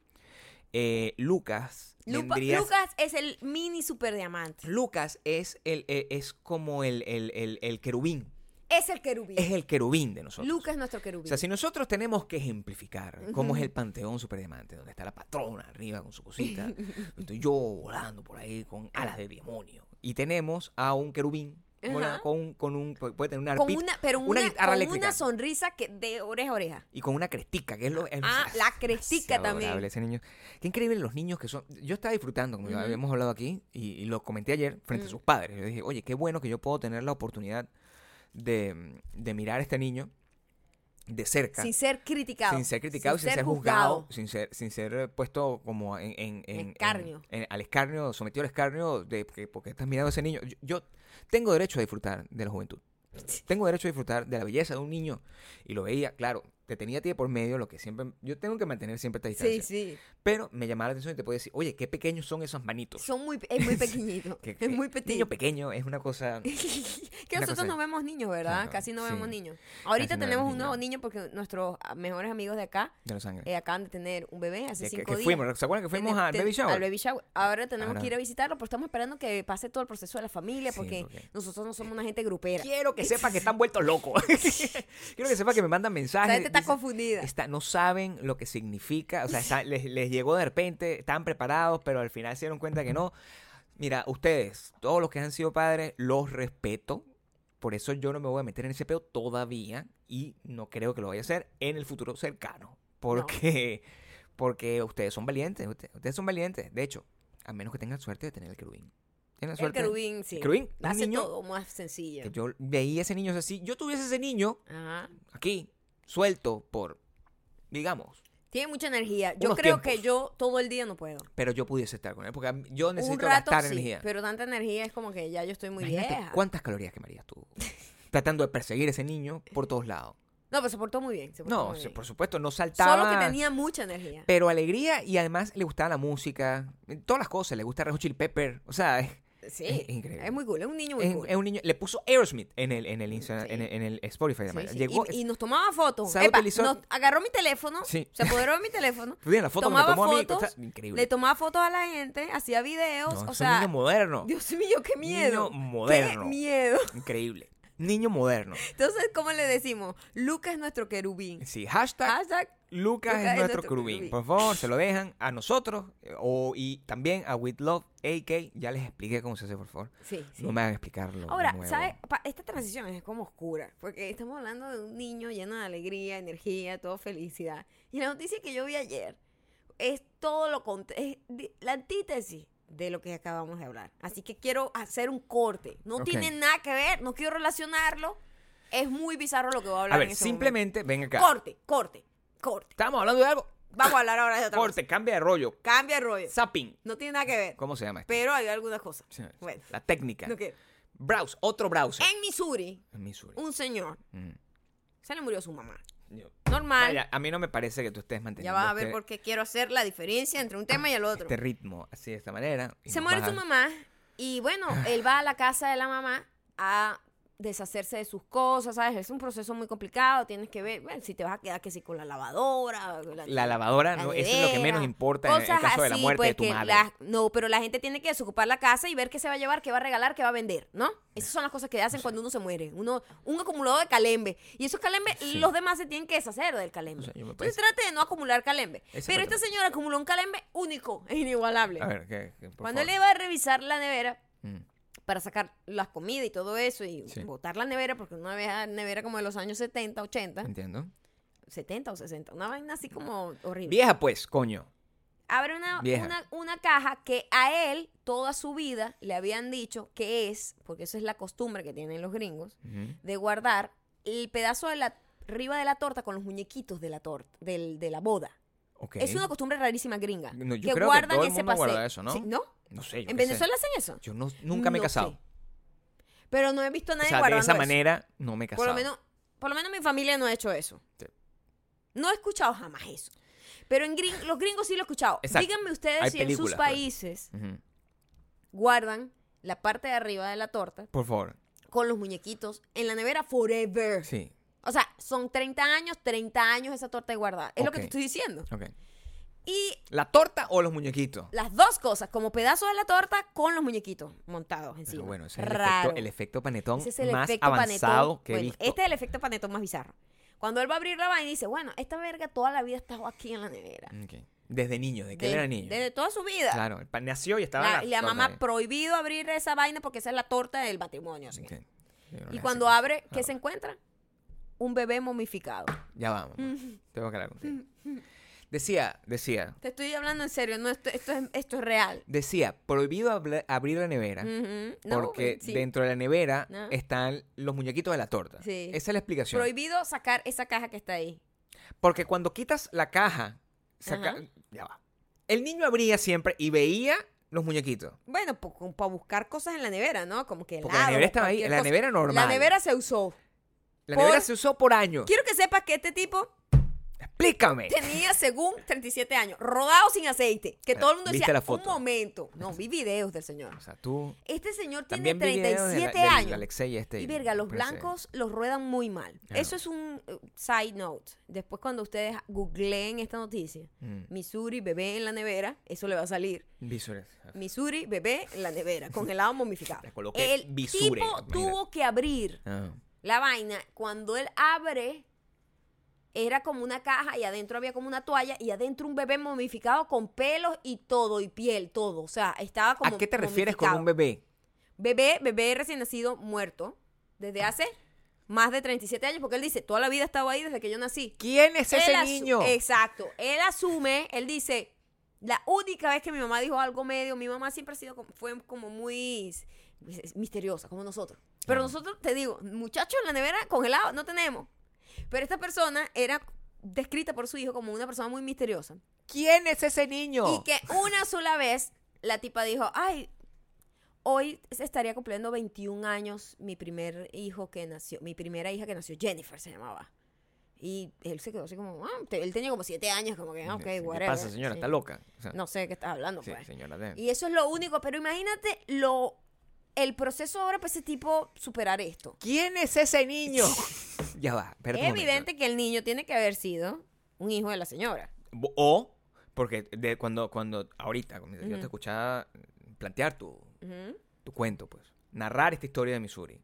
Speaker 2: Eh, Lucas,
Speaker 1: Lupa-
Speaker 2: vendría-
Speaker 1: Lucas es el mini super diamante.
Speaker 2: Lucas es, el, eh, es como el, el- el- el querubín.
Speaker 1: Es el querubín.
Speaker 2: Es el querubín de nosotros.
Speaker 1: Lucas es nuestro
Speaker 2: O
Speaker 1: querubín.
Speaker 2: sea, si nosotros tenemos que ejemplificar cómo es el panteón superdiamante, donde está la patrona arriba con su cosita, estoy yo volando por ahí con alas de demonio, y tenemos a un querubín volando
Speaker 1: Ajá.
Speaker 2: con, un- con un pu- puede tener una
Speaker 1: con
Speaker 2: arpita,
Speaker 1: una, pero una,
Speaker 2: guitarra
Speaker 1: con
Speaker 2: eléctrica
Speaker 1: una sonrisa que de oreja a oreja.
Speaker 2: y con una crestica, que es lo es-
Speaker 1: Ah,
Speaker 2: es
Speaker 1: la crestica
Speaker 2: demasiado
Speaker 1: también.
Speaker 2: adorable ese niño. Qué increíble los niños que son. Yo estaba disfrutando, como ya habíamos hablado aquí, y, y lo comenté ayer frente a sus padres. Yo dije, oye, qué bueno que yo puedo tener la oportunidad de, de mirar a este niño de cerca.
Speaker 1: Sin ser criticado.
Speaker 2: Sin ser criticado, sin, ser, juzgado, sin ser, sin ser eh, puesto como en, en- en- en-
Speaker 1: Escarnio.
Speaker 2: en- al escarnio, sometido al escarnio de que porque estás mirando a ese niño. Yo, yo tengo derecho a disfrutar de la juventud. Tengo derecho a disfrutar de la belleza de un niño. Y lo veía, claro, te tenía a ti de por medio, lo que siempre. Yo tengo que mantener siempre esta distancia.
Speaker 1: Sí, sí.
Speaker 2: Pero me llamaba la atención y te puedo decir, oye, qué pequeños son esos manitos.
Speaker 1: Son muy, es muy pequeñito.
Speaker 2: Que- que
Speaker 1: es muy
Speaker 2: Niño
Speaker 1: pequeño.
Speaker 2: pequeño es una cosa.
Speaker 1: que
Speaker 2: una
Speaker 1: nosotros
Speaker 2: cosa-
Speaker 1: no vemos niños, ¿verdad?
Speaker 2: Claro,
Speaker 1: Casi no
Speaker 2: sí.
Speaker 1: vemos niños. Ahorita
Speaker 2: Casi no
Speaker 1: tenemos
Speaker 2: vemos
Speaker 1: un nuevo
Speaker 2: niños.
Speaker 1: niño porque nuestros ah, mejores amigos de acá
Speaker 2: De los sangre.
Speaker 1: eh, acaban de tener un bebé hace
Speaker 2: De que,
Speaker 1: cinco
Speaker 2: que
Speaker 1: días. este
Speaker 2: fuimos, ¿se acuerdan que fuimos
Speaker 1: Tene-
Speaker 2: al
Speaker 1: te-
Speaker 2: baby shower?
Speaker 1: al baby shower. Ahora tenemos
Speaker 2: Ahora-
Speaker 1: que ir a visitarlo, pero estamos esperando que pase todo el proceso de la familia
Speaker 2: Sí,
Speaker 1: porque
Speaker 2: porque-
Speaker 1: nosotros no somos una gente grupera.
Speaker 2: Quiero que sepa que están vueltos locos. Quiero que sepa que me mandan
Speaker 1: La
Speaker 2: mensajes.
Speaker 1: gente está
Speaker 2: dicen,
Speaker 1: confundida.
Speaker 2: está- no saben lo que significa. O sea, está- les, les llegó de repente, estaban preparados, pero al final se dieron cuenta que no. Mira, ustedes, todos los que han sido padres, los respeto. Por eso yo no me voy a meter en ese peo todavía y no creo que lo vaya a hacer en el futuro cercano. Porque, porque ustedes son valientes. usted- Ustedes, son valientes. De hecho, a menos que tengan suerte de tener el querubín. Tienen la
Speaker 1: El
Speaker 2: suerte.
Speaker 1: querubín, sí.
Speaker 2: El querubín, un
Speaker 1: Hace
Speaker 2: niño
Speaker 1: todo más sencillo.
Speaker 2: que yo veía ese niño, o sea, si yo tuviese ese niño
Speaker 1: Ajá.
Speaker 2: aquí, suelto por, digamos,
Speaker 1: Tiene mucha energía. Yo
Speaker 2: Unos
Speaker 1: creo que
Speaker 2: tiempos.
Speaker 1: yo todo el día no puedo.
Speaker 2: pero yo pudiese estar con él, porque a mí- yo
Speaker 1: Un
Speaker 2: necesito
Speaker 1: rato
Speaker 2: gastar
Speaker 1: sí,
Speaker 2: energía.
Speaker 1: pero tanta energía es como que ya yo estoy muy
Speaker 2: Imagínate
Speaker 1: vieja.
Speaker 2: cuántas calorías quemarías tú tratando de perseguir ese niño por todos lados.
Speaker 1: No, pero se portó muy bien. se portó
Speaker 2: No,
Speaker 1: muy
Speaker 2: se-
Speaker 1: bien.
Speaker 2: por supuesto, no saltaba.
Speaker 1: Solo que tenía mucha energía.
Speaker 2: Pero alegría y además le gustaba la música, todas las cosas, le gusta Red Hot Chili Pepper, o sea, es,
Speaker 1: Sí.
Speaker 2: es increíble.
Speaker 1: Es muy cool. Es un niño muy
Speaker 2: es-
Speaker 1: cool.
Speaker 2: es un niño, le puso Aerosmith en el en el, Instagram-
Speaker 1: Sí.
Speaker 2: en el, en el Spotify,
Speaker 1: Sí,
Speaker 2: además.
Speaker 1: sí.
Speaker 2: Llegó,
Speaker 1: y, y nos tomaba fotos.
Speaker 2: ¿Sabe
Speaker 1: Epa,
Speaker 2: utilizar-
Speaker 1: nos agarró mi teléfono,
Speaker 2: Sí.
Speaker 1: se apoderó de mi teléfono,
Speaker 2: tú tienes la foto que me
Speaker 1: tomaba
Speaker 2: tomó a mí,
Speaker 1: fotos,
Speaker 2: o sea, increíble.
Speaker 1: le tomaba fotos a la gente, hacía videos,
Speaker 2: No,
Speaker 1: o
Speaker 2: es un
Speaker 1: sea,
Speaker 2: niño moderno.
Speaker 1: Dios mío, qué miedo.
Speaker 2: Niño moderno.
Speaker 1: Qué miedo.
Speaker 2: Increíble. Niño moderno.
Speaker 1: Entonces, ¿cómo le decimos? Lucas es nuestro querubín.
Speaker 2: Sí, hashtag
Speaker 1: Hashtag
Speaker 2: Lucas es nuestro querubín.
Speaker 1: querubín.
Speaker 2: Por favor, se lo dejan a nosotros eh, o, y también a With Love AK. Ya les expliqué cómo se hace, por favor.
Speaker 1: Sí, sí.
Speaker 2: No me hagan explicarlo. de
Speaker 1: Ahora,
Speaker 2: nuevo.
Speaker 1: ¿sabes? Pa- Esta transición es como oscura, porque estamos hablando de un niño lleno de alegría, energía, todo felicidad. Y la noticia que yo vi ayer es todo lo cont- es di- la antítesis de lo que acabamos de hablar. Así que quiero hacer un corte. No
Speaker 2: Ok.
Speaker 1: tiene nada que ver, no quiero relacionarlo. Es muy bizarro lo que voy a hablar.
Speaker 2: A
Speaker 1: en
Speaker 2: ver,
Speaker 1: ese
Speaker 2: simplemente, ven acá.
Speaker 1: momento. Corte, corte, corte.
Speaker 2: Estamos hablando de algo.
Speaker 1: Vamos a hablar ahora de otra
Speaker 2: Corte, cambia de rollo.
Speaker 1: cosa. Cambia el rollo.
Speaker 2: Zapping.
Speaker 1: No tiene nada que ver,
Speaker 2: ¿Cómo se llama esto?
Speaker 1: pero hay algunas cosas.
Speaker 2: Sí,
Speaker 1: Bueno,
Speaker 2: La técnica.
Speaker 1: no quiero.
Speaker 2: Browse, otro browser.
Speaker 1: En Missouri,
Speaker 2: En Missouri.
Speaker 1: Eh. un señor
Speaker 2: Mm.
Speaker 1: se le murió su mamá.
Speaker 2: Yo-
Speaker 1: Normal.
Speaker 2: Vaya, a mí no me parece que tú estés manteniendo
Speaker 1: ya vas a ver
Speaker 2: este-
Speaker 1: por qué quiero hacer la diferencia entre un tema y el otro.
Speaker 2: este ritmo así de esta manera. y
Speaker 1: Se
Speaker 2: nos
Speaker 1: muere
Speaker 2: vas
Speaker 1: su
Speaker 2: a-
Speaker 1: mamá y bueno,
Speaker 2: Ah.
Speaker 1: él va a la casa de la mamá a deshacerse de sus cosas, ¿sabes? Es un proceso muy complicado, tienes que ver, bueno, si te vas a quedar que si con la lavadora, la,
Speaker 2: La lavadora,
Speaker 1: la
Speaker 2: Ah, no, eso es lo que
Speaker 1: nevera,
Speaker 2: menos importa en el- en el
Speaker 1: cosas
Speaker 2: caso de la
Speaker 1: así,
Speaker 2: muerte de tu
Speaker 1: pues, que
Speaker 2: madre.
Speaker 1: la- no, pero la gente tiene que desocupar la casa y ver qué se va a llevar, qué va a regalar, qué va a vender, ¿no? Esas son las cosas que hacen cuando uno se muere. Uno, un acumulado de calembe. Y esos calembe,
Speaker 2: Sí.
Speaker 1: los demás se tienen que deshacer del calembe.
Speaker 2: O sea, yo me
Speaker 1: Entonces trate de no acumular calembe.
Speaker 2: Ese
Speaker 1: Pero
Speaker 2: me
Speaker 1: esta
Speaker 2: parece.
Speaker 1: señora acumuló un calembe único e inigualable.
Speaker 2: A ver, ¿qué? qué, por
Speaker 1: cuando
Speaker 2: favor?
Speaker 1: él iba a revisar la nevera,
Speaker 2: Mm.
Speaker 1: para sacar las comidas y todo eso y
Speaker 2: Sí.
Speaker 1: botar la nevera, porque una vez la nevera como de los años 70, 80,
Speaker 2: Entiendo.
Speaker 1: 70 o 60, una vaina así como horrible.
Speaker 2: Vieja, pues, coño.
Speaker 1: Abre una,
Speaker 2: Vieja.
Speaker 1: una, una caja que a él toda su vida le habían dicho que es, porque eso es la costumbre que tienen los gringos,
Speaker 2: Ujú.
Speaker 1: de guardar el pedazo de la arriba de la torta con los muñequitos de la torta, del, de la boda.
Speaker 2: Ok.
Speaker 1: Es una costumbre rarísima gringa.
Speaker 2: No, yo
Speaker 1: que
Speaker 2: creo que
Speaker 1: guardan
Speaker 2: todo el
Speaker 1: ese
Speaker 2: mundo
Speaker 1: paseo.
Speaker 2: guarda eso, ¿no?
Speaker 1: Sí, ¿No?
Speaker 2: No sé. yo
Speaker 1: ¿En
Speaker 2: qué sé.
Speaker 1: Venezuela hacen eso?
Speaker 2: Yo no, nunca me he
Speaker 1: No
Speaker 2: casado.
Speaker 1: sé. Pero no he visto a
Speaker 2: O
Speaker 1: nadie
Speaker 2: sea, de
Speaker 1: guardando
Speaker 2: esa
Speaker 1: eso.
Speaker 2: manera no me he casado.
Speaker 1: Por lo menos, por lo menos mi familia no ha hecho eso.
Speaker 2: Sí.
Speaker 1: No he escuchado jamás eso. Pero en gring- los gringos sí lo he escuchado.
Speaker 2: Exacto.
Speaker 1: Díganme ustedes
Speaker 2: Hay
Speaker 1: si en sus
Speaker 2: películas, pues.
Speaker 1: países
Speaker 2: Ujú.
Speaker 1: guardan la parte de arriba de la torta
Speaker 2: Por favor.
Speaker 1: con los muñequitos en la nevera forever.
Speaker 2: Sí.
Speaker 1: O sea, son 30 años, 30 años esa torta de guardada. Es lo que
Speaker 2: Ok.
Speaker 1: te estoy diciendo.
Speaker 2: Ok.
Speaker 1: Y
Speaker 2: ¿La torta o los muñequitos?
Speaker 1: las dos cosas, como pedazos de la torta con los muñequitos montados
Speaker 2: Pero
Speaker 1: encima.
Speaker 2: bueno, ese es el
Speaker 1: Raro.
Speaker 2: efecto, el efecto panetón
Speaker 1: Ese es el
Speaker 2: más
Speaker 1: efecto
Speaker 2: avanzado
Speaker 1: panetón.
Speaker 2: que he
Speaker 1: Bueno,
Speaker 2: visto.
Speaker 1: Este es el efecto panetón más bizarro. Cuando él va a abrir la vaina y dice, bueno, esta verga toda la vida ha estado aquí en la nevera.
Speaker 2: Ok. Desde niño, desde que
Speaker 1: De-
Speaker 2: él era niño.
Speaker 1: Desde toda su vida.
Speaker 2: Claro, el pan nació y estaba. en
Speaker 1: La, y la
Speaker 2: torta
Speaker 1: mamá
Speaker 2: ahí.
Speaker 1: prohibido abrir esa vaina porque esa es la torta del matrimonio. así que.
Speaker 2: Ok. Yo no
Speaker 1: Y
Speaker 2: nací.
Speaker 1: cuando abre, ¿qué
Speaker 2: Ah,
Speaker 1: se encuentra? Un bebé momificado.
Speaker 2: pues. Ya vamos. mamá. Tengo que hablar contigo. Decía, decía,
Speaker 1: Te estoy hablando en serio, no, esto, esto, es, esto es real.
Speaker 2: decía, prohibido abla- abrir la nevera.
Speaker 1: Ujú. Mm, No, eh,
Speaker 2: Porque
Speaker 1: sí.
Speaker 2: dentro de la nevera
Speaker 1: No.
Speaker 2: están los muñequitos de la torta.
Speaker 1: Sí.
Speaker 2: Esa es la explicación.
Speaker 1: Prohibido sacar esa caja que está ahí.
Speaker 2: Porque cuando quitas la caja, saca-
Speaker 1: Ajá.
Speaker 2: ya va. El niño abría siempre y veía los muñequitos.
Speaker 1: Bueno, para buscar cosas en la nevera, ¿no? Como que
Speaker 2: Porque la
Speaker 1: helado,
Speaker 2: nevera estaba ahí,
Speaker 1: cualquier
Speaker 2: la
Speaker 1: cosa.
Speaker 2: nevera normal.
Speaker 1: La nevera se usó.
Speaker 2: La
Speaker 1: por-
Speaker 2: nevera se usó por años.
Speaker 1: Quiero que sepas que este tipo
Speaker 2: Explícame.
Speaker 1: tenía, según, 37 años, rodado sin aceite. Que
Speaker 2: Ah,
Speaker 1: todo el mundo
Speaker 2: ¿viste
Speaker 1: decía,
Speaker 2: la foto?
Speaker 1: un momento. No, vi videos del señor.
Speaker 2: O sea, tú
Speaker 1: Este señor tiene
Speaker 2: también vi videos de la-
Speaker 1: 37
Speaker 2: del
Speaker 1: años.
Speaker 2: Alexei este.
Speaker 1: Y verga, los
Speaker 2: príncipe.
Speaker 1: blancos los ruedan muy mal.
Speaker 2: Claro.
Speaker 1: Eso es un eh, side note. Después cuando ustedes googleen esta noticia,
Speaker 2: Mm.
Speaker 1: Missouri, bebé en la nevera, eso le va a salir.
Speaker 2: Visuales.
Speaker 1: Missouri, bebé en la nevera, congelado momificado.
Speaker 2: Le coloqué
Speaker 1: El
Speaker 2: Missouri,
Speaker 1: tipo
Speaker 2: imagínate.
Speaker 1: tuvo que abrir
Speaker 2: Ah.
Speaker 1: la vaina. Cuando él abre, era como una caja y adentro había como una toalla y adentro un bebé momificado con pelos y todo, y piel, todo. O sea, estaba como
Speaker 2: ¿A qué te refieres con
Speaker 1: momificado.
Speaker 2: un bebé? Ah.
Speaker 1: Bebé, bebé recién nacido muerto desde hace más de 37 años, porque él dice, toda la vida estaba ahí desde que yo nací.
Speaker 2: ¿Quién es
Speaker 1: Él
Speaker 2: ese
Speaker 1: asu-
Speaker 2: niño?
Speaker 1: Exacto. Él asume, él dice, la única vez que mi mamá dijo algo medio, mi mamá siempre ha sido como, fue como muy misteriosa, como nosotros. Pero
Speaker 2: Claro.
Speaker 1: nosotros, te digo, muchachos en la nevera congelado, no tenemos. Pero esta persona era descrita por su hijo como una persona muy misteriosa.
Speaker 2: ¿Quién es ese niño?
Speaker 1: Y que una sola vez la tipa dijo, ay, hoy se estaría cumpliendo 21 años mi primer hijo que nació, mi primera hija que nació, Jennifer se llamaba. Y él se quedó así como, ah, te- él tenía como 7 años, como que, ah, ok,
Speaker 2: ¿Qué
Speaker 1: whatever.
Speaker 2: pasa, señora?
Speaker 1: Sí.
Speaker 2: ¿Está loca? O sea,
Speaker 1: No sé de qué estás hablando,
Speaker 2: sí,
Speaker 1: pues.
Speaker 2: señora. de-
Speaker 1: Y eso es lo único, pero imagínate lo, el proceso ahora para ese tipo superar esto.
Speaker 2: ¿Quién es ese niño? ya va, espérate
Speaker 1: es
Speaker 2: un momento.
Speaker 1: evidente que el niño tiene que haber sido un hijo de la señora.
Speaker 2: Bo- O, porque de cuando, cuando ahorita, cuando yo
Speaker 1: Ujú.
Speaker 2: te escuchaba plantear tu,
Speaker 1: Ujú.
Speaker 2: tu cuento, pues, narrar esta historia de Missouri,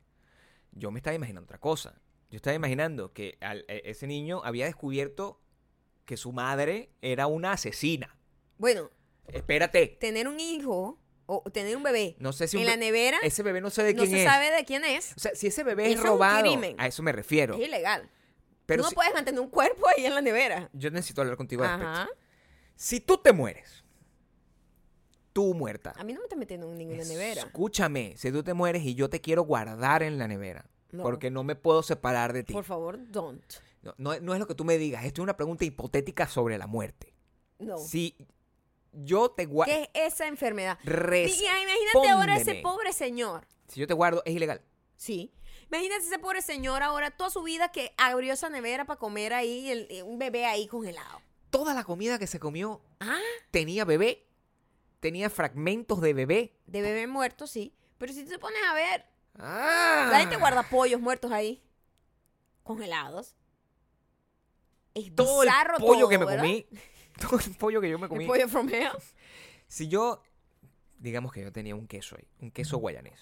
Speaker 2: yo me estaba imaginando otra cosa. Yo estaba imaginando que al- e- ese niño había descubierto que su madre era una asesina.
Speaker 1: Bueno,
Speaker 2: Espérate,
Speaker 1: tener un hijo o tener un bebé
Speaker 2: no sé si un
Speaker 1: en la
Speaker 2: be-
Speaker 1: nevera
Speaker 2: ese bebé no sé de
Speaker 1: no
Speaker 2: quién
Speaker 1: se
Speaker 2: es.
Speaker 1: sabe de quién es.
Speaker 2: O sea, si ese bebé es
Speaker 1: Eso es un
Speaker 2: robado,
Speaker 1: crimen.
Speaker 2: a eso me refiero.
Speaker 1: Es ilegal. Tú
Speaker 2: Pero
Speaker 1: no
Speaker 2: si-
Speaker 1: puedes mantener un cuerpo ahí en la nevera.
Speaker 2: yo necesito hablar contigo al respecto.
Speaker 1: Ajá.
Speaker 2: Si tú te mueres, tú muerta.
Speaker 1: A mí no me están metiendo en ninguna nevera.
Speaker 2: Escúchame, si tú te mueres y yo te quiero guardar en la nevera,
Speaker 1: No.
Speaker 2: porque no me puedo separar de ti.
Speaker 1: Por favor, don't.
Speaker 2: No, no- no es lo que tú me digas, esto es una pregunta hipotética sobre la muerte.
Speaker 1: No.
Speaker 2: Si yo te guardo,
Speaker 1: Oh. ¿Qué es esa enfermedad? Y- y imagínate
Speaker 2: Respóndeme.
Speaker 1: ahora ese pobre señor.
Speaker 2: si yo te guardo es ilegal.
Speaker 1: Sí. Imagínate ese pobre señor ahora toda su vida que abrió esa nevera para comer ahí el- eh, un bebé ahí congelado.
Speaker 2: Toda la comida que se comió
Speaker 1: Ah,
Speaker 2: tenía bebé, tenía fragmentos de bebé.
Speaker 1: de bebé muerto, sí. Pero si tú te pones a ver,
Speaker 2: Ah.
Speaker 1: la gente guarda pollos muertos ahí. Congelados. Es
Speaker 2: todo el
Speaker 1: bizarro
Speaker 2: pollo
Speaker 1: todo,
Speaker 2: que me
Speaker 1: ¿verdad?
Speaker 2: comí, todo el pollo que yo me comí.
Speaker 1: El pollo from hell.
Speaker 2: Si yo, digamos que yo tenía un queso ahí, un queso guayanés.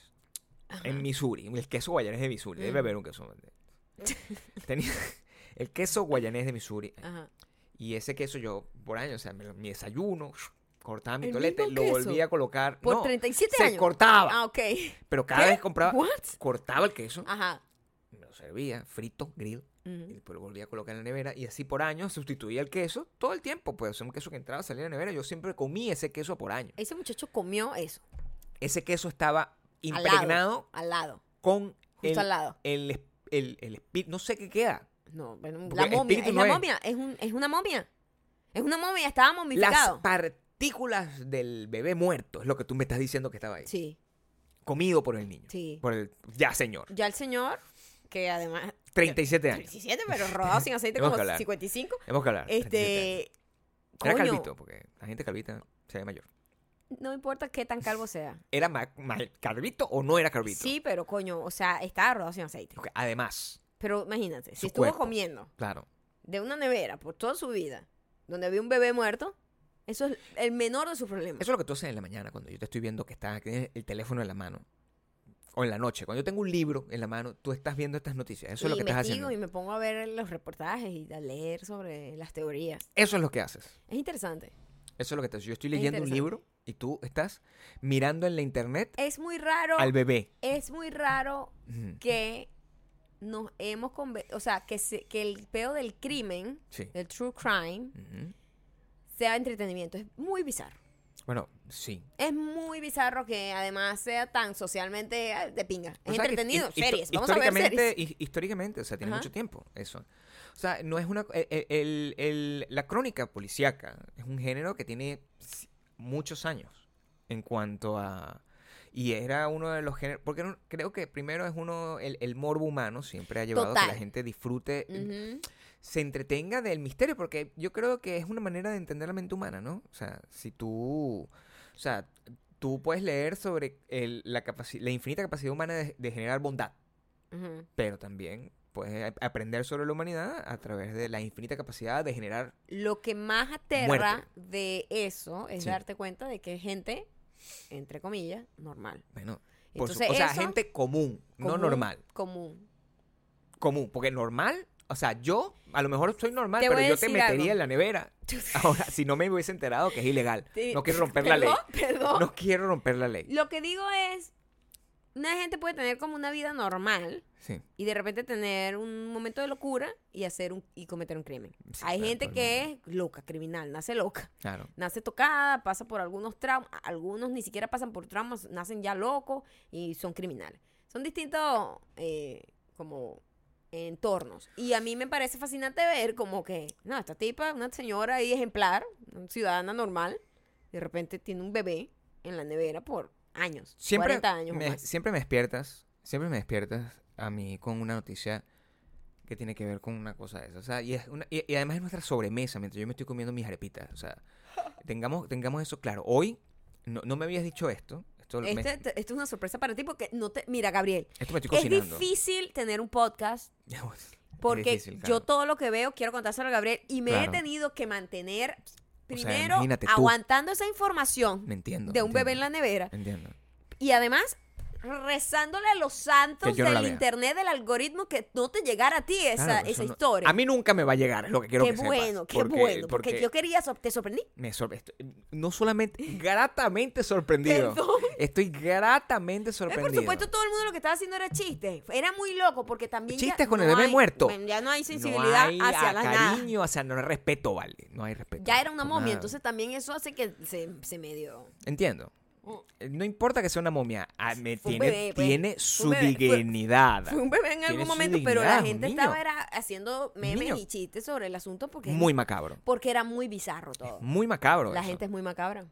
Speaker 2: En Missouri, el queso guayanés de Missouri, debe haber un queso. Tenía el queso guayanés de Missouri.
Speaker 1: Ajá.
Speaker 2: Y ese queso yo, por años, o sea, me lo- mi desayuno, cortaba mi
Speaker 1: ¿El
Speaker 2: tolete,
Speaker 1: mismo
Speaker 2: lo
Speaker 1: queso?
Speaker 2: volvía a colocar.
Speaker 1: Por
Speaker 2: no,
Speaker 1: 37
Speaker 2: se
Speaker 1: años.
Speaker 2: cortaba.
Speaker 1: Ah, ok.
Speaker 2: Pero cada
Speaker 1: ¿Qué?
Speaker 2: vez compraba,
Speaker 1: What? Ah.
Speaker 2: cortaba el queso,
Speaker 1: Ajá. Mm.
Speaker 2: me lo servía, frito, grill, y
Speaker 1: Ujú.
Speaker 2: después lo volvía a colocar en la nevera. Y así por años sustituía el queso todo el tiempo. Pues o sea, un queso que entraba, salía de la nevera. Yo siempre comí ese queso por año.
Speaker 1: Ese muchacho comió eso.
Speaker 2: Ese queso estaba
Speaker 1: Eh, al
Speaker 2: impregnado
Speaker 1: lado, Al lado.
Speaker 2: con
Speaker 1: Justo
Speaker 2: el,
Speaker 1: al lado.
Speaker 2: el, esp- el, el espí- no sé qué queda.
Speaker 1: No, bueno,
Speaker 2: Porque
Speaker 1: la momia.
Speaker 2: espíritu
Speaker 1: Es
Speaker 2: no
Speaker 1: la
Speaker 2: es.
Speaker 1: momia. Es, un, es una momia. Es una momia. Estaba
Speaker 2: Las
Speaker 1: momificado.
Speaker 2: partículas del bebé muerto es lo que tú me estás diciendo que estaba ahí.
Speaker 1: Sí.
Speaker 2: Comido por el niño.
Speaker 1: Sí.
Speaker 2: Por el ya señor.
Speaker 1: Ya el señor, que además.
Speaker 2: 37 años.
Speaker 1: 37, pero rodado sin aceite
Speaker 2: Tenemos
Speaker 1: como
Speaker 2: que hablar.
Speaker 1: 55.
Speaker 2: Hemos que hablar. 37 años.
Speaker 1: Este.
Speaker 2: Era
Speaker 1: coño,
Speaker 2: calvito, porque la gente calvita se ve mayor.
Speaker 1: No importa qué tan calvo sea.
Speaker 2: ¿Era ma- ma- calvito o no era calvito?
Speaker 1: Sí, pero coño, o sea, estaba rodado sin aceite.
Speaker 2: Ok, Además,
Speaker 1: Pero imagínate, si
Speaker 2: Su
Speaker 1: estuvo
Speaker 2: cuerpo.
Speaker 1: comiendo
Speaker 2: claro.
Speaker 1: de una nevera por toda su vida, donde había un bebé muerto, eso es el menor de sus problemas.
Speaker 2: Eso es lo que tú haces en la mañana cuando yo te estoy viendo que está que tienes el teléfono en la mano. O en la noche. Cuando yo tengo un libro en la mano, tú estás viendo estas noticias. Eso es lo
Speaker 1: Y
Speaker 2: que estás
Speaker 1: investigo
Speaker 2: haciendo.
Speaker 1: Y me pongo a ver los reportajes y a leer sobre las teorías.
Speaker 2: Eso es lo que haces.
Speaker 1: Es interesante.
Speaker 2: Eso es lo que te Yo estoy
Speaker 1: Es
Speaker 2: leyendo un
Speaker 1: interesante.
Speaker 2: libro y tú estás mirando en la internet
Speaker 1: Es muy raro.
Speaker 2: al Mm. bebé.
Speaker 1: Es muy raro
Speaker 2: Ujú,
Speaker 1: que nos hemos conver- o sea, que, se- que el peo del crimen,
Speaker 2: Sí.
Speaker 1: del true crime,
Speaker 2: ujú.
Speaker 1: sea entretenimiento. Es muy bizarro.
Speaker 2: Bueno, sí.
Speaker 1: Es muy bizarro que además sea tan socialmente ah, de pinga. Es
Speaker 2: O sea, que
Speaker 1: entretenido.
Speaker 2: hi- hi-
Speaker 1: series. Vamos a ver
Speaker 2: históricamente,
Speaker 1: series.
Speaker 2: hi- Históricamente, o sea, tiene
Speaker 1: Ajá.
Speaker 2: mucho tiempo eso. O sea, no es una... el- el- el- la crónica policíaca es un género que tiene s- muchos años en cuanto a... Y era uno de los géneros... Porque no- creo que primero es uno... El, el morbo humano siempre ha llevado a que la
Speaker 1: Total.
Speaker 2: gente disfrute,
Speaker 1: Ujú.
Speaker 2: se entretenga del misterio, porque yo creo que es una manera de entender la mente humana, ¿no? O sea, si tú, o sea, tú puedes leer sobre el- la, capaci- la infinita capacidad humana de, de generar bondad,
Speaker 1: Ujú.
Speaker 2: pero también puedes a- aprender sobre la humanidad a través de la infinita capacidad de generar...
Speaker 1: Lo que más aterra
Speaker 2: Muerte.
Speaker 1: de eso es
Speaker 2: Sí.
Speaker 1: darte cuenta de que es gente, entre comillas, normal.
Speaker 2: Bueno, por su-
Speaker 1: Entonces,
Speaker 2: o sea,
Speaker 1: eso,
Speaker 2: gente común, no
Speaker 1: común,
Speaker 2: normal.
Speaker 1: Común.
Speaker 2: Común, porque normal, o sea, yo a lo mejor soy normal,
Speaker 1: Te
Speaker 2: pero
Speaker 1: voy a
Speaker 2: yo te
Speaker 1: decir algo.
Speaker 2: metería en la nevera. Ahora, si no me hubiese enterado que es ilegal,
Speaker 1: Sí.
Speaker 2: no quiero romper la ley.
Speaker 1: Perdón, perdón.
Speaker 2: No quiero romper la ley.
Speaker 1: Lo que digo es, una gente puede tener como una vida normal
Speaker 2: Sí.
Speaker 1: y de repente tener un momento de locura y hacer un y cometer un crimen.
Speaker 2: Sí,
Speaker 1: Hay
Speaker 2: claro,
Speaker 1: gente
Speaker 2: todo el
Speaker 1: que es loca, criminal, nace loca,
Speaker 2: Claro.
Speaker 1: nace tocada, pasa por algunos traumas, algunos ni siquiera pasan por traumas, nacen ya locos y son criminales. Son distintos eh, como entornos. Y a mí me parece fascinante ver como que, no, esta tipa, una señora ahí ejemplar, una ciudadana normal, de repente tiene un bebé en la nevera por años,
Speaker 2: Siempre
Speaker 1: 40 años o
Speaker 2: me,
Speaker 1: más.
Speaker 2: siempre me despiertas, siempre me despiertas a mí con una noticia que tiene que ver con una cosa de esa. O sea, y, es una- y- y además es nuestra sobremesa mientras yo me estoy comiendo mis arepitas. O sea, tengamos, tengamos eso claro. Hoy no, no me habías dicho esto. Esto, me-
Speaker 1: Este- te- esto es una sorpresa para ti porque no te... Mira, Gabriel,
Speaker 2: esto me estoy
Speaker 1: es
Speaker 2: cocinando.
Speaker 1: difícil tener un podcast
Speaker 2: Es
Speaker 1: porque
Speaker 2: difícil,
Speaker 1: yo
Speaker 2: claro.
Speaker 1: todo lo que veo quiero contárselo a Gabriel y me
Speaker 2: Claro.
Speaker 1: he tenido que mantener
Speaker 2: O sea,
Speaker 1: primero
Speaker 2: imagínate tú.
Speaker 1: aguantando esa información
Speaker 2: Me entiendo.
Speaker 1: de un bebé en
Speaker 2: entiendo,
Speaker 1: la nevera
Speaker 2: Entiendo.
Speaker 1: y además rezándole a los santos
Speaker 2: Que yo no la
Speaker 1: del
Speaker 2: vea.
Speaker 1: internet del algoritmo que no te llegara a ti esa,
Speaker 2: Claro, eso
Speaker 1: esa
Speaker 2: no-
Speaker 1: historia.
Speaker 2: A mí nunca me va a llegar, es lo que quiero
Speaker 1: qué
Speaker 2: que sepas,
Speaker 1: bueno, qué
Speaker 2: porque-
Speaker 1: bueno, porque, yo quería, sor- te sorprendí. Eh,
Speaker 2: Me sor- estoy- no solamente gratamente sorprendido.
Speaker 1: Perdón.
Speaker 2: Estoy gratamente
Speaker 1: Eh,
Speaker 2: sorprendido.
Speaker 1: Por supuesto, todo el mundo lo que estaba haciendo era chiste. Era muy loco porque también. ya
Speaker 2: Chistes con el
Speaker 1: no
Speaker 2: bebé
Speaker 1: hay-
Speaker 2: muerto.
Speaker 1: bueno, Ya no hay sensibilidad
Speaker 2: no hay
Speaker 1: hacia las nada.
Speaker 2: cariño, hacia no hay respeto, vale. No hay respeto.
Speaker 1: Ya era una
Speaker 2: por
Speaker 1: momia,
Speaker 2: nada.
Speaker 1: entonces también eso hace que se, se medio.
Speaker 2: Entiendo. Eh, No importa que sea una momia, ah, me
Speaker 1: Oh. Fue un
Speaker 2: tiene,
Speaker 1: bebé, pues.
Speaker 2: tiene
Speaker 1: Fue
Speaker 2: su
Speaker 1: un bebé, fue-
Speaker 2: dignidad.
Speaker 1: Fue un bebé en
Speaker 2: Tiene
Speaker 1: algún
Speaker 2: su
Speaker 1: momento, pero
Speaker 2: dignidad,
Speaker 1: la
Speaker 2: es un
Speaker 1: gente
Speaker 2: niño.
Speaker 1: estaba era haciendo memes
Speaker 2: niño.
Speaker 1: y chistes sobre el asunto porque,
Speaker 2: Muy macabro.
Speaker 1: porque era muy bizarro todo.
Speaker 2: Muy macabro.
Speaker 1: La
Speaker 2: eso. Eh.
Speaker 1: gente es muy macabra.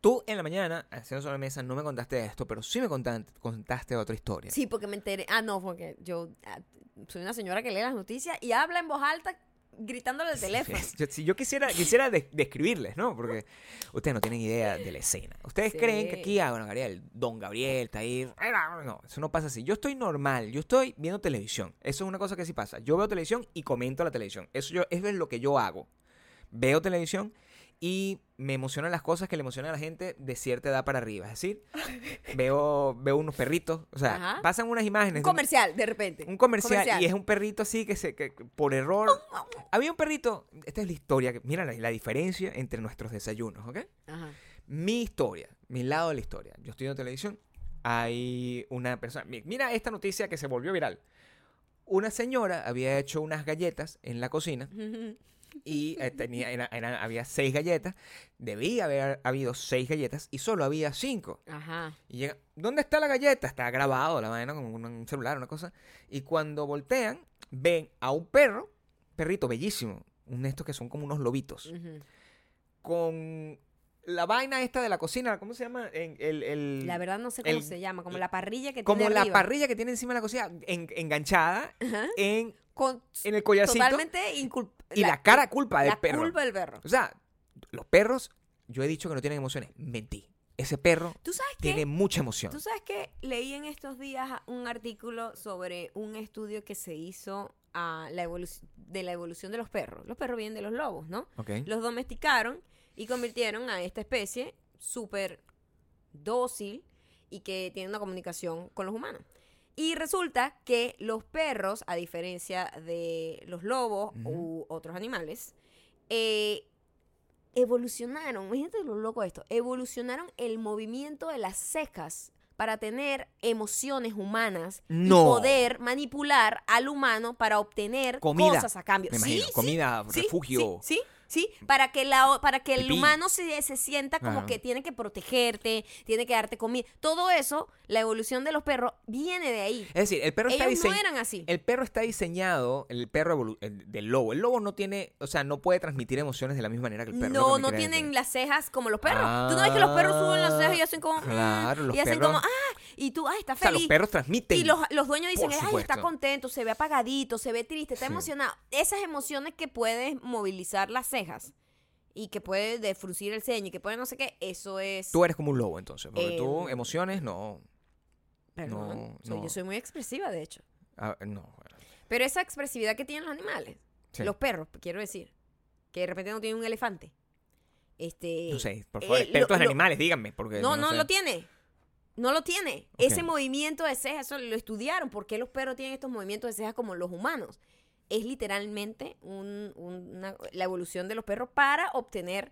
Speaker 2: Tú en la mañana, haciendo sobre la mesa, no me contaste esto, pero sí me contan- contaste otra historia.
Speaker 1: Sí, porque me enteré. Ah, no, porque yo ah, soy una señora que lee las noticias y habla en voz alta gritándole al teléfono.
Speaker 2: Yo- si yo quisiera, quisiera de- describirles, ¿no? Porque ustedes no tienen idea de la escena. Ustedes
Speaker 1: Sí.
Speaker 2: creen que aquí, ah, bueno, Gabriel, Don Gabriel está ahí. No, eso no pasa así. Yo estoy normal, yo estoy viendo televisión. Eso es una cosa que sí pasa. Yo veo televisión y comento la televisión. Eso, yo, eso es lo que yo hago. Veo televisión y me emocionan las cosas que le emocionan a la gente de cierta edad para arriba. Es decir, veo, veo unos perritos. O sea,
Speaker 1: Ajá.
Speaker 2: pasan unas imágenes.
Speaker 1: Un
Speaker 2: de un-
Speaker 1: comercial, de repente.
Speaker 2: un comercial, y es un perrito así que se que, que por error había un perrito esta es la historia que- mira la, la diferencia entre nuestros desayunos ¿ok?
Speaker 1: Ajá.
Speaker 2: mi historia mi lado de la historia yo estoy en televisión hay una persona mi- mira esta noticia que se volvió viral una señora había hecho unas galletas en la cocina y eh, tenía era- era- había seis galletas debía haber habido seis galletas y solo había cinco
Speaker 1: Ajá.
Speaker 2: y llega, ¿dónde está la galleta? Está grabado la vaina con un, un celular, una cosa. Y cuando voltean, ven a un perro, perrito bellísimo, un de estos que son como unos lobitos,
Speaker 1: Ujú.
Speaker 2: con la vaina esta de la cocina, ¿cómo se llama? En- el- el-
Speaker 1: La verdad no sé cómo
Speaker 2: el-
Speaker 1: se llama, como la parrilla que
Speaker 2: como
Speaker 1: tiene
Speaker 2: la
Speaker 1: arriba.
Speaker 2: parrilla que tiene encima de la cocina, en- enganchada en,
Speaker 1: Con,
Speaker 2: en el collarcito.
Speaker 1: totalmente incul-
Speaker 2: y la, cara culpa del
Speaker 1: la
Speaker 2: perro.
Speaker 1: culpa del perro.
Speaker 2: O sea, los perros, yo he dicho que no tienen emociones. Mentí. Ese perro
Speaker 1: ¿Tú sabes qué?
Speaker 2: tiene mucha emoción.
Speaker 1: ¿Tú sabes que leí en estos días un artículo sobre un estudio que se hizo a la evolu- de la evolución de los perros? Los perros vienen de los lobos, ¿no?
Speaker 2: Ok.
Speaker 1: Los domesticaron y convirtieron a esta especie súper dócil y que tiene una comunicación con los humanos. Y resulta que los perros, a diferencia de los lobos u otros animales, eh, evolucionaron, imagínate lo loco esto, evolucionaron el movimiento de las cejas para tener emociones humanas
Speaker 2: No.
Speaker 1: y poder manipular al humano para obtener
Speaker 2: Comida,
Speaker 1: cosas a cambio.
Speaker 2: me
Speaker 1: Sí,
Speaker 2: imagino.
Speaker 1: sí,
Speaker 2: Comida,
Speaker 1: sí,
Speaker 2: refugio.
Speaker 1: Sí, sí. ¿sí? Para que, la, para que el
Speaker 2: Pipí.
Speaker 1: humano se, se sienta como
Speaker 2: Ajá.
Speaker 1: que tiene que protegerte, tiene que darte comida. Todo eso, la evolución de los perros, viene de ahí.
Speaker 2: Es decir, el perro está
Speaker 1: Ellos no
Speaker 2: dise-
Speaker 1: eran así.
Speaker 2: El perro está diseñado, el perro evolu- el- del lobo. El lobo no tiene, o sea, no puede transmitir emociones de la misma manera que el perro. es lo
Speaker 1: No,
Speaker 2: que me eh.
Speaker 1: no
Speaker 2: quieres
Speaker 1: tienen
Speaker 2: decir.
Speaker 1: las cejas como los perros. Tú no ves que los perros suben las cejas y hacen como. mm,
Speaker 2: Claro, los
Speaker 1: y hacen
Speaker 2: perros-
Speaker 1: como, ah, y tú, ah, está
Speaker 2: O sea,
Speaker 1: feliz.
Speaker 2: los perros transmiten.
Speaker 1: Y los, los dueños dicen,
Speaker 2: Por
Speaker 1: ay, está
Speaker 2: supuesto.
Speaker 1: contento, se ve apagadito, se ve triste, está
Speaker 2: Sí.
Speaker 1: emocionado. Esas emociones que pueden movilizar las cejas y que puede desfrucir el ceño y que puede no sé qué, eso es...
Speaker 2: Tú eres como un lobo, entonces.
Speaker 1: Eh,
Speaker 2: Porque tú, emociones, no.
Speaker 1: Perdón,
Speaker 2: no,
Speaker 1: soy-
Speaker 2: no.
Speaker 1: yo soy muy expresiva, de hecho.
Speaker 2: Ah, no. bueno,
Speaker 1: Pero esa expresividad que tienen los animales,
Speaker 2: sí.
Speaker 1: los perros, quiero decir, que de repente no tienen un elefante. Este,
Speaker 2: No sé, por favor,
Speaker 1: eh, lo-
Speaker 2: expertos en
Speaker 1: lo-
Speaker 2: animales, díganme. Porque
Speaker 1: No,
Speaker 2: yo
Speaker 1: no,
Speaker 2: sé.
Speaker 1: lo tiene. No lo tiene.
Speaker 2: Ok.
Speaker 1: Ese movimiento de cejas, eso lo estudiaron. ¿Por qué los perros tienen estos movimientos de cejas como los humanos? Es literalmente un- un- una- la evolución de los perros para obtener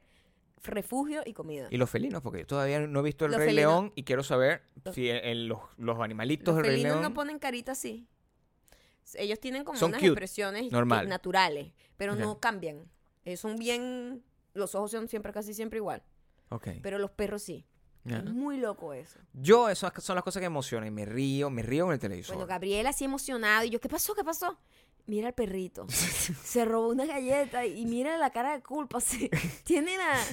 Speaker 1: refugio y comida.
Speaker 2: Y los felinos, porque yo todavía no he visto el
Speaker 1: Los
Speaker 2: Rey
Speaker 1: felinos-
Speaker 2: León y quiero saber
Speaker 1: Los-
Speaker 2: si el- los, los animalitos
Speaker 1: los
Speaker 2: del Rey
Speaker 1: felinos
Speaker 2: León.
Speaker 1: no ponen carita así. Ellos tienen como
Speaker 2: Son
Speaker 1: unas
Speaker 2: cute,
Speaker 1: expresiones
Speaker 2: normal.
Speaker 1: que- naturales, pero no
Speaker 2: Ok.
Speaker 1: cambian. Ellos son bien. Los ojos son siempre, casi siempre igual.
Speaker 2: Ok.
Speaker 1: Pero los perros sí.
Speaker 2: Ya.
Speaker 1: Es muy loco eso.
Speaker 2: Yo, esas son las cosas que me emocionan. y Me río, me río con el televisor.
Speaker 1: Bueno, Gabriela así emocionada y yo, ¿qué pasó? ¿Qué pasó? Mira al perrito. Se robó una galleta y mira la cara de culpa. sí. Tiene la,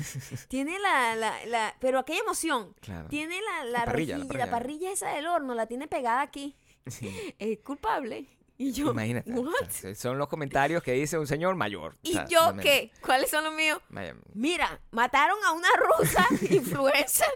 Speaker 1: tiene la, la, la- pero aquella emoción.
Speaker 2: Claro.
Speaker 1: Tiene la, la,
Speaker 2: Ah. La parrilla, la
Speaker 1: rejilla, la
Speaker 2: parrilla.
Speaker 1: parrilla esa del horno, la tiene pegada aquí.
Speaker 2: Sí,
Speaker 1: Es culpable. Y yo,
Speaker 2: Imagínate.
Speaker 1: ¿what?
Speaker 2: o sea, Son los comentarios que dice un señor mayor.
Speaker 1: ¿Y yo qué? ¿Cuáles son los míos? Mira, mataron a una rusa influencer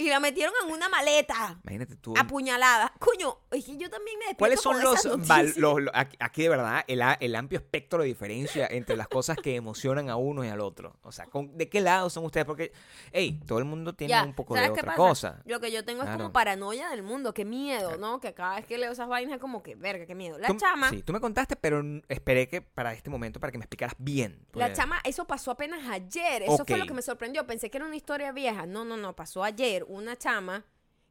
Speaker 1: y la metieron en una maleta
Speaker 2: Imagínate tú.
Speaker 1: apuñalada. Coño, es que yo también me despierto
Speaker 2: ¿Cuáles son
Speaker 1: con
Speaker 2: los,
Speaker 1: esas
Speaker 2: val-
Speaker 1: noticias.
Speaker 2: los- los- aquí- Aquí de verdad, el, a- el amplio espectro de diferencia entre las cosas que emocionan a uno y al otro. O sea, ¿con- ¿de qué lado son ustedes? Porque, hey, todo el mundo tiene
Speaker 1: Ya,
Speaker 2: un poco
Speaker 1: ¿sabes
Speaker 2: de
Speaker 1: qué
Speaker 2: otra
Speaker 1: pasa?
Speaker 2: cosa.
Speaker 1: Lo que yo tengo es como
Speaker 2: Claro.
Speaker 1: paranoia del mundo, qué miedo,
Speaker 2: Claro.
Speaker 1: ¿no? Que cada vez que leo esas vainas es como que, verga, qué miedo. La
Speaker 2: Tú-
Speaker 1: chama,
Speaker 2: Sí, tú me contaste, pero n- esperé que para este momento para que me explicaras bien. pues,
Speaker 1: la
Speaker 2: porque-
Speaker 1: chama, eso pasó apenas ayer, eso fue
Speaker 2: Ok.
Speaker 1: lo que me sorprendió, pensé que era una historia vieja. No, no, no, pasó ayer una chama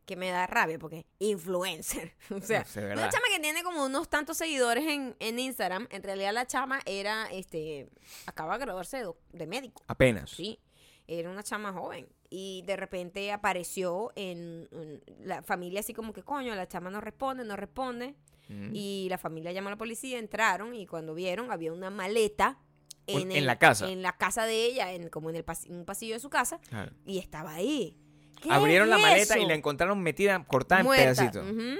Speaker 1: que me da rabia porque influencer, o sea,
Speaker 2: Sí, ¿verdad?
Speaker 1: una chama que tiene como unos tantos seguidores en, en Instagram, en realidad la chama era, este, acaba de graduarse de, doc- de médico.
Speaker 2: Apenas.
Speaker 1: Sí, era una chama joven. Y de repente apareció en, en la familia así como que, coño, la chama no responde, no responde.
Speaker 2: Mm.
Speaker 1: Y la familia llamó a la policía, entraron y cuando vieron había una maleta
Speaker 2: Un- en
Speaker 1: el-
Speaker 2: la casa.
Speaker 1: En la casa de ella, en, como en, el pas- en un pasillo de su casa,
Speaker 2: Claro.
Speaker 1: y estaba ahí. ¿Qué
Speaker 2: Abrieron
Speaker 1: es
Speaker 2: la maleta y
Speaker 1: eso?
Speaker 2: la encontraron metida, cortada en
Speaker 1: Muerta,
Speaker 2: pedacitos.
Speaker 1: ujú.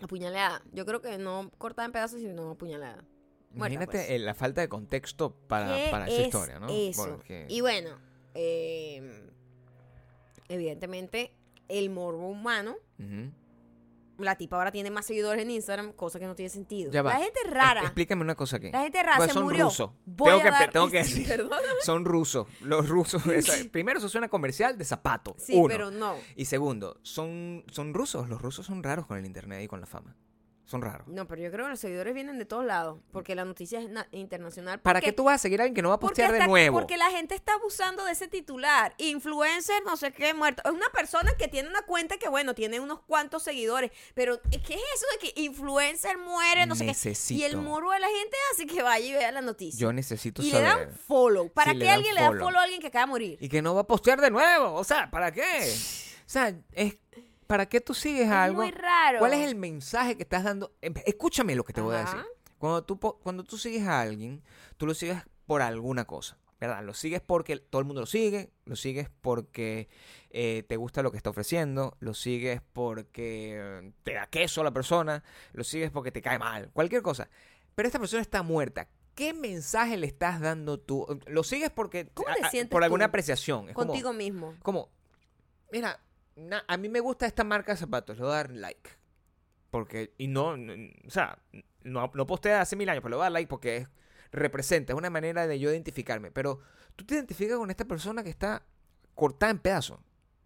Speaker 1: Apuñalada. Yo creo que no cortada en pedazos, sino apuñalada. Muerta,
Speaker 2: Imagínate
Speaker 1: pues.
Speaker 2: eh, la falta de contexto
Speaker 1: ¿Qué
Speaker 2: para, para esa
Speaker 1: es
Speaker 2: historia, ¿no?
Speaker 1: eso?
Speaker 2: Bueno, que-
Speaker 1: Y bueno, eh, evidentemente, el morbo humano.
Speaker 2: Ujú.
Speaker 1: La tipa ahora tiene más seguidores en Instagram, cosa que no tiene sentido.
Speaker 2: Ya va.
Speaker 1: La gente es rara.
Speaker 2: Ex- Explícame una cosa aquí.
Speaker 1: la gente es rara
Speaker 2: Pues
Speaker 1: se
Speaker 2: son
Speaker 1: murió.
Speaker 2: rusos.
Speaker 1: Voy
Speaker 2: Tengo
Speaker 1: a
Speaker 2: que-
Speaker 1: dar-
Speaker 2: tengo que decir.
Speaker 1: Perdón.
Speaker 2: Son rusos. Los rusos. esa- primero, eso suena comercial de zapato.
Speaker 1: Sí,
Speaker 2: uno.
Speaker 1: pero no.
Speaker 2: Y segundo, son, son rusos. Los rusos son raros con el internet y con la fama. Son raros.
Speaker 1: No, pero yo creo que los seguidores vienen de todos lados, porque la noticia es na- internacional.
Speaker 2: ¿Para
Speaker 1: Porque-
Speaker 2: qué tú vas a seguir a alguien que no va a
Speaker 1: porque
Speaker 2: postear de
Speaker 1: hasta-
Speaker 2: nuevo?
Speaker 1: Porque la gente está abusando de ese titular. Influencer, no sé qué, muerto. Es una persona que tiene una cuenta que, bueno, tiene unos cuantos seguidores. Pero, eh, ¿qué es eso de que influencer muere? No sé qué. Y el
Speaker 2: Necesito.
Speaker 1: muro de la gente hace que vaya y vea la noticia.
Speaker 2: Yo necesito
Speaker 1: y le
Speaker 2: saber.
Speaker 1: dan follow. ¿Para
Speaker 2: Sí, le
Speaker 1: qué
Speaker 2: dan
Speaker 1: alguien le da
Speaker 2: follow.
Speaker 1: follow a alguien que acaba de morir?
Speaker 2: Y que no va a postear de nuevo. O sea, ¿para qué? O sea, es, ¿para qué tú sigues
Speaker 1: Es
Speaker 2: algo?
Speaker 1: muy raro.
Speaker 2: ¿Cuál es el mensaje que estás dando? Em- Escúchame lo que te voy a
Speaker 1: Ajá.
Speaker 2: decir. Cuando tú, po- cuando tú sigues a alguien, tú lo sigues por alguna cosa, ¿verdad? Lo sigues porque todo el mundo lo sigue, lo sigues porque eh, te gusta lo que está ofreciendo, lo sigues porque eh, te da queso a la persona, lo sigues porque te cae mal, cualquier cosa. Pero esta persona está muerta. ¿Qué mensaje le estás dando tú? Lo sigues porque
Speaker 1: ¿Cómo te sientes
Speaker 2: por alguna
Speaker 1: tú
Speaker 2: apreciación. Es como-
Speaker 1: Contigo mismo.
Speaker 2: como, mira, na- a mí me gusta esta marca de zapatos, le voy a dar like. Porque, y no, n- o sea, no, no postea hace mil años, pero le voy a dar like porque es- representa, es una manera de yo identificarme. Pero tú te identificas con esta persona que está cortada en pedazos.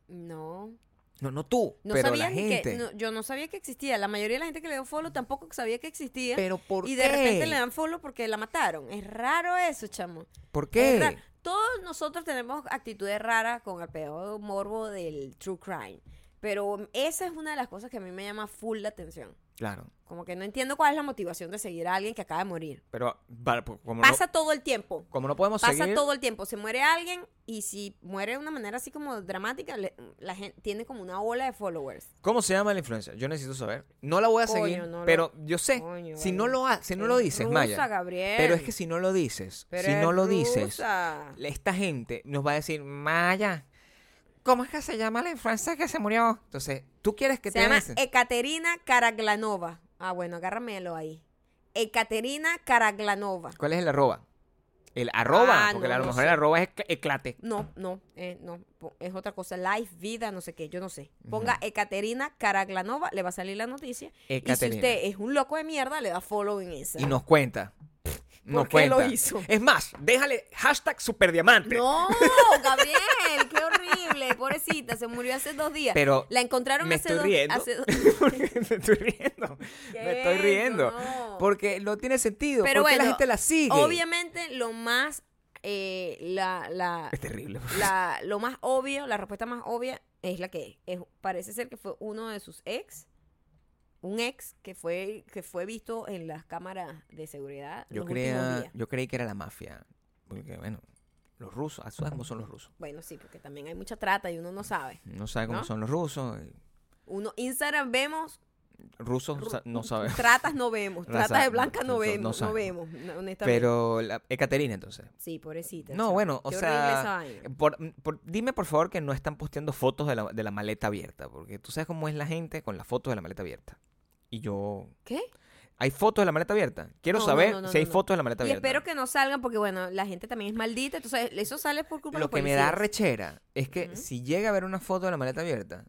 Speaker 1: No.
Speaker 2: No, no tú,
Speaker 1: No
Speaker 2: pero
Speaker 1: sabía
Speaker 2: la
Speaker 1: ni
Speaker 2: gente.
Speaker 1: que. no, yo no sabía que existía. La mayoría de la gente que le dio follow tampoco sabía que existía.
Speaker 2: Pero ¿por
Speaker 1: y
Speaker 2: qué?
Speaker 1: de repente le dan follow porque la mataron. Es raro eso, chamo.
Speaker 2: ¿Por
Speaker 1: Es
Speaker 2: qué?
Speaker 1: raro. Todos nosotros tenemos actitudes raras con el peor morbo del true crime. Pero esa es una de las cosas que a mí me llama full la atención.
Speaker 2: Claro.
Speaker 1: Como que no entiendo cuál es la motivación de seguir a alguien que acaba de morir.
Speaker 2: Pero para- como,
Speaker 1: Pasa todo el tiempo.
Speaker 2: no, como no podemos
Speaker 1: Pasa
Speaker 2: seguir...
Speaker 1: todo el tiempo. Se muere alguien y si muere de una manera así como dramática, le- la gente tiene como una ola de followers.
Speaker 2: ¿Cómo se llama la influencer? Yo necesito saber. No la voy a
Speaker 1: Coño,
Speaker 2: seguir,
Speaker 1: no lo-
Speaker 2: pero yo sé.
Speaker 1: Coño,
Speaker 2: si
Speaker 1: vale.
Speaker 2: no lo ha- si no
Speaker 1: Es
Speaker 2: lo dices,
Speaker 1: rusa,
Speaker 2: Maya.
Speaker 1: Gabriel.
Speaker 2: Pero es que si no lo dices,
Speaker 1: Pero
Speaker 2: si
Speaker 1: es
Speaker 2: no lo dices,
Speaker 1: rusa.
Speaker 2: esta gente nos va a decir, Maya, ¿cómo es que se llama la influencer que se murió? Entonces, ¿tú quieres que
Speaker 1: Se
Speaker 2: te
Speaker 1: llama
Speaker 2: avisen?
Speaker 1: Ekaterina Karaglanova. Ah, bueno, agárramelo ahí. Ekaterina Karaglanova.
Speaker 2: ¿Cuál es el arroba? El arroba,
Speaker 1: Ah,
Speaker 2: porque
Speaker 1: no,
Speaker 2: a lo
Speaker 1: no
Speaker 2: mejor
Speaker 1: sé.
Speaker 2: el arroba es ecl- eclate.
Speaker 1: No, no, eh, no, po- es otra cosa. Life, vida, no sé qué, yo no sé. Ponga Ekaterina Karaglanova, le va a salir la noticia.
Speaker 2: Ekaterina.
Speaker 1: Y si usted es un loco de mierda, le da follow en esa.
Speaker 2: Y nos cuenta. Nos
Speaker 1: ¿Por qué
Speaker 2: cuenta.
Speaker 1: lo hizo?
Speaker 2: Es más, déjale hashtag superdiamante.
Speaker 1: No, Gabriel, qué horrible, pobrecita, se murió hace dos días.
Speaker 2: Pero
Speaker 1: la encontraron
Speaker 2: me
Speaker 1: hace
Speaker 2: estoy
Speaker 1: dos
Speaker 2: riendo.
Speaker 1: hace dos-
Speaker 2: me estoy riendo. Me estoy
Speaker 1: Quieto,
Speaker 2: riendo.
Speaker 1: no.
Speaker 2: Porque no tiene sentido.
Speaker 1: Pero
Speaker 2: porque
Speaker 1: bueno,
Speaker 2: la gente la sigue.
Speaker 1: Obviamente, lo más, eh, la, la,
Speaker 2: Es terrible.
Speaker 1: la- lo más obvio, la respuesta más obvia es la que es. Parece ser que fue uno de sus ex, un ex que fue, que fue visto en las cámaras de seguridad.
Speaker 2: Yo,
Speaker 1: los últimos
Speaker 2: creía,
Speaker 1: días.
Speaker 2: yo creí que era la mafia. Porque, bueno, los rusos, ¿sabes cómo son los rusos?
Speaker 1: Bueno, sí, porque también hay mucha trata y uno no sabe.
Speaker 2: No sabe cómo
Speaker 1: ¿No?
Speaker 2: son los rusos. eh,
Speaker 1: Uno, Instagram vemos,
Speaker 2: Rusos sa- no sabe.
Speaker 1: tratas no vemos,
Speaker 2: Raza-
Speaker 1: tratas de blanca no
Speaker 2: no sa- no
Speaker 1: vemos, no,
Speaker 2: sabe.
Speaker 1: vemos, no, honestamente.
Speaker 2: Pero, la, Ekaterina, entonces.
Speaker 1: sí, pobrecita.
Speaker 2: No,
Speaker 1: chama.
Speaker 2: bueno, o
Speaker 1: Qué horrible esa
Speaker 2: sea, eh,
Speaker 1: vaina.
Speaker 2: por- por- dime por favor que no están posteando fotos de la, de la maleta abierta, porque tú sabes cómo es la gente con las fotos de la maleta abierta. Y yo...
Speaker 1: ¿Qué?
Speaker 2: ¿Hay fotos de la maleta abierta? Quiero
Speaker 1: No, no,
Speaker 2: saber
Speaker 1: no, no,
Speaker 2: si hay
Speaker 1: no, no.
Speaker 2: fotos de la maleta
Speaker 1: Y
Speaker 2: abierta.
Speaker 1: espero que no salgan porque, bueno, la gente también es maldita, entonces eso sale por culpa de
Speaker 2: Lo
Speaker 1: los
Speaker 2: que me da
Speaker 1: policías.
Speaker 2: rechera es que
Speaker 1: Ujú.
Speaker 2: si llega a ver una foto de la maleta abierta,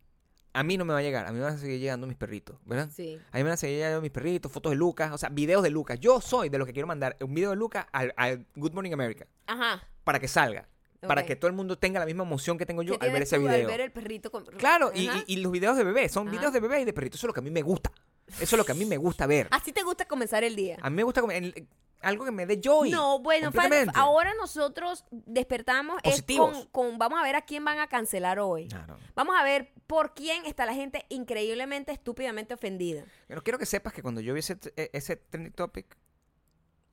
Speaker 2: a mí no me va a llegar, a mí me van a seguir llegando mis perritos, ¿verdad?
Speaker 1: Sí.
Speaker 2: A mí me van a seguir llegando mis perritos, fotos de Lucas, o sea, videos de Lucas. Yo soy de los que quiero mandar un video de Lucas al, al Good Morning America
Speaker 1: Ajá.
Speaker 2: para que salga, para
Speaker 1: Ok.
Speaker 2: que todo el mundo tenga la misma emoción que tengo yo
Speaker 1: ¿Qué
Speaker 2: al ver
Speaker 1: tienes
Speaker 2: ese
Speaker 1: tú
Speaker 2: video.
Speaker 1: Al ver el perrito con-
Speaker 2: Claro, y,
Speaker 1: Ajá.
Speaker 2: y- y los videos de bebé, son
Speaker 1: Ajá.
Speaker 2: videos de bebé y de perrito, eso es lo que a mí me gusta. Eso es lo que a mí me gusta ver.
Speaker 1: Así te gusta comenzar el día.
Speaker 2: A mí me gusta como- el- algo que me dé joy.
Speaker 1: No, bueno, Fran,
Speaker 2: completamente.
Speaker 1: ahora nosotros despertamos es
Speaker 2: Positivos.
Speaker 1: con, con- vamos a ver a quién van a cancelar hoy.
Speaker 2: No, no.
Speaker 1: Vamos a ver por quién está la gente increíblemente, estúpidamente ofendida.
Speaker 2: Pero quiero que sepas que cuando yo vi ese, eh, ese trending topic,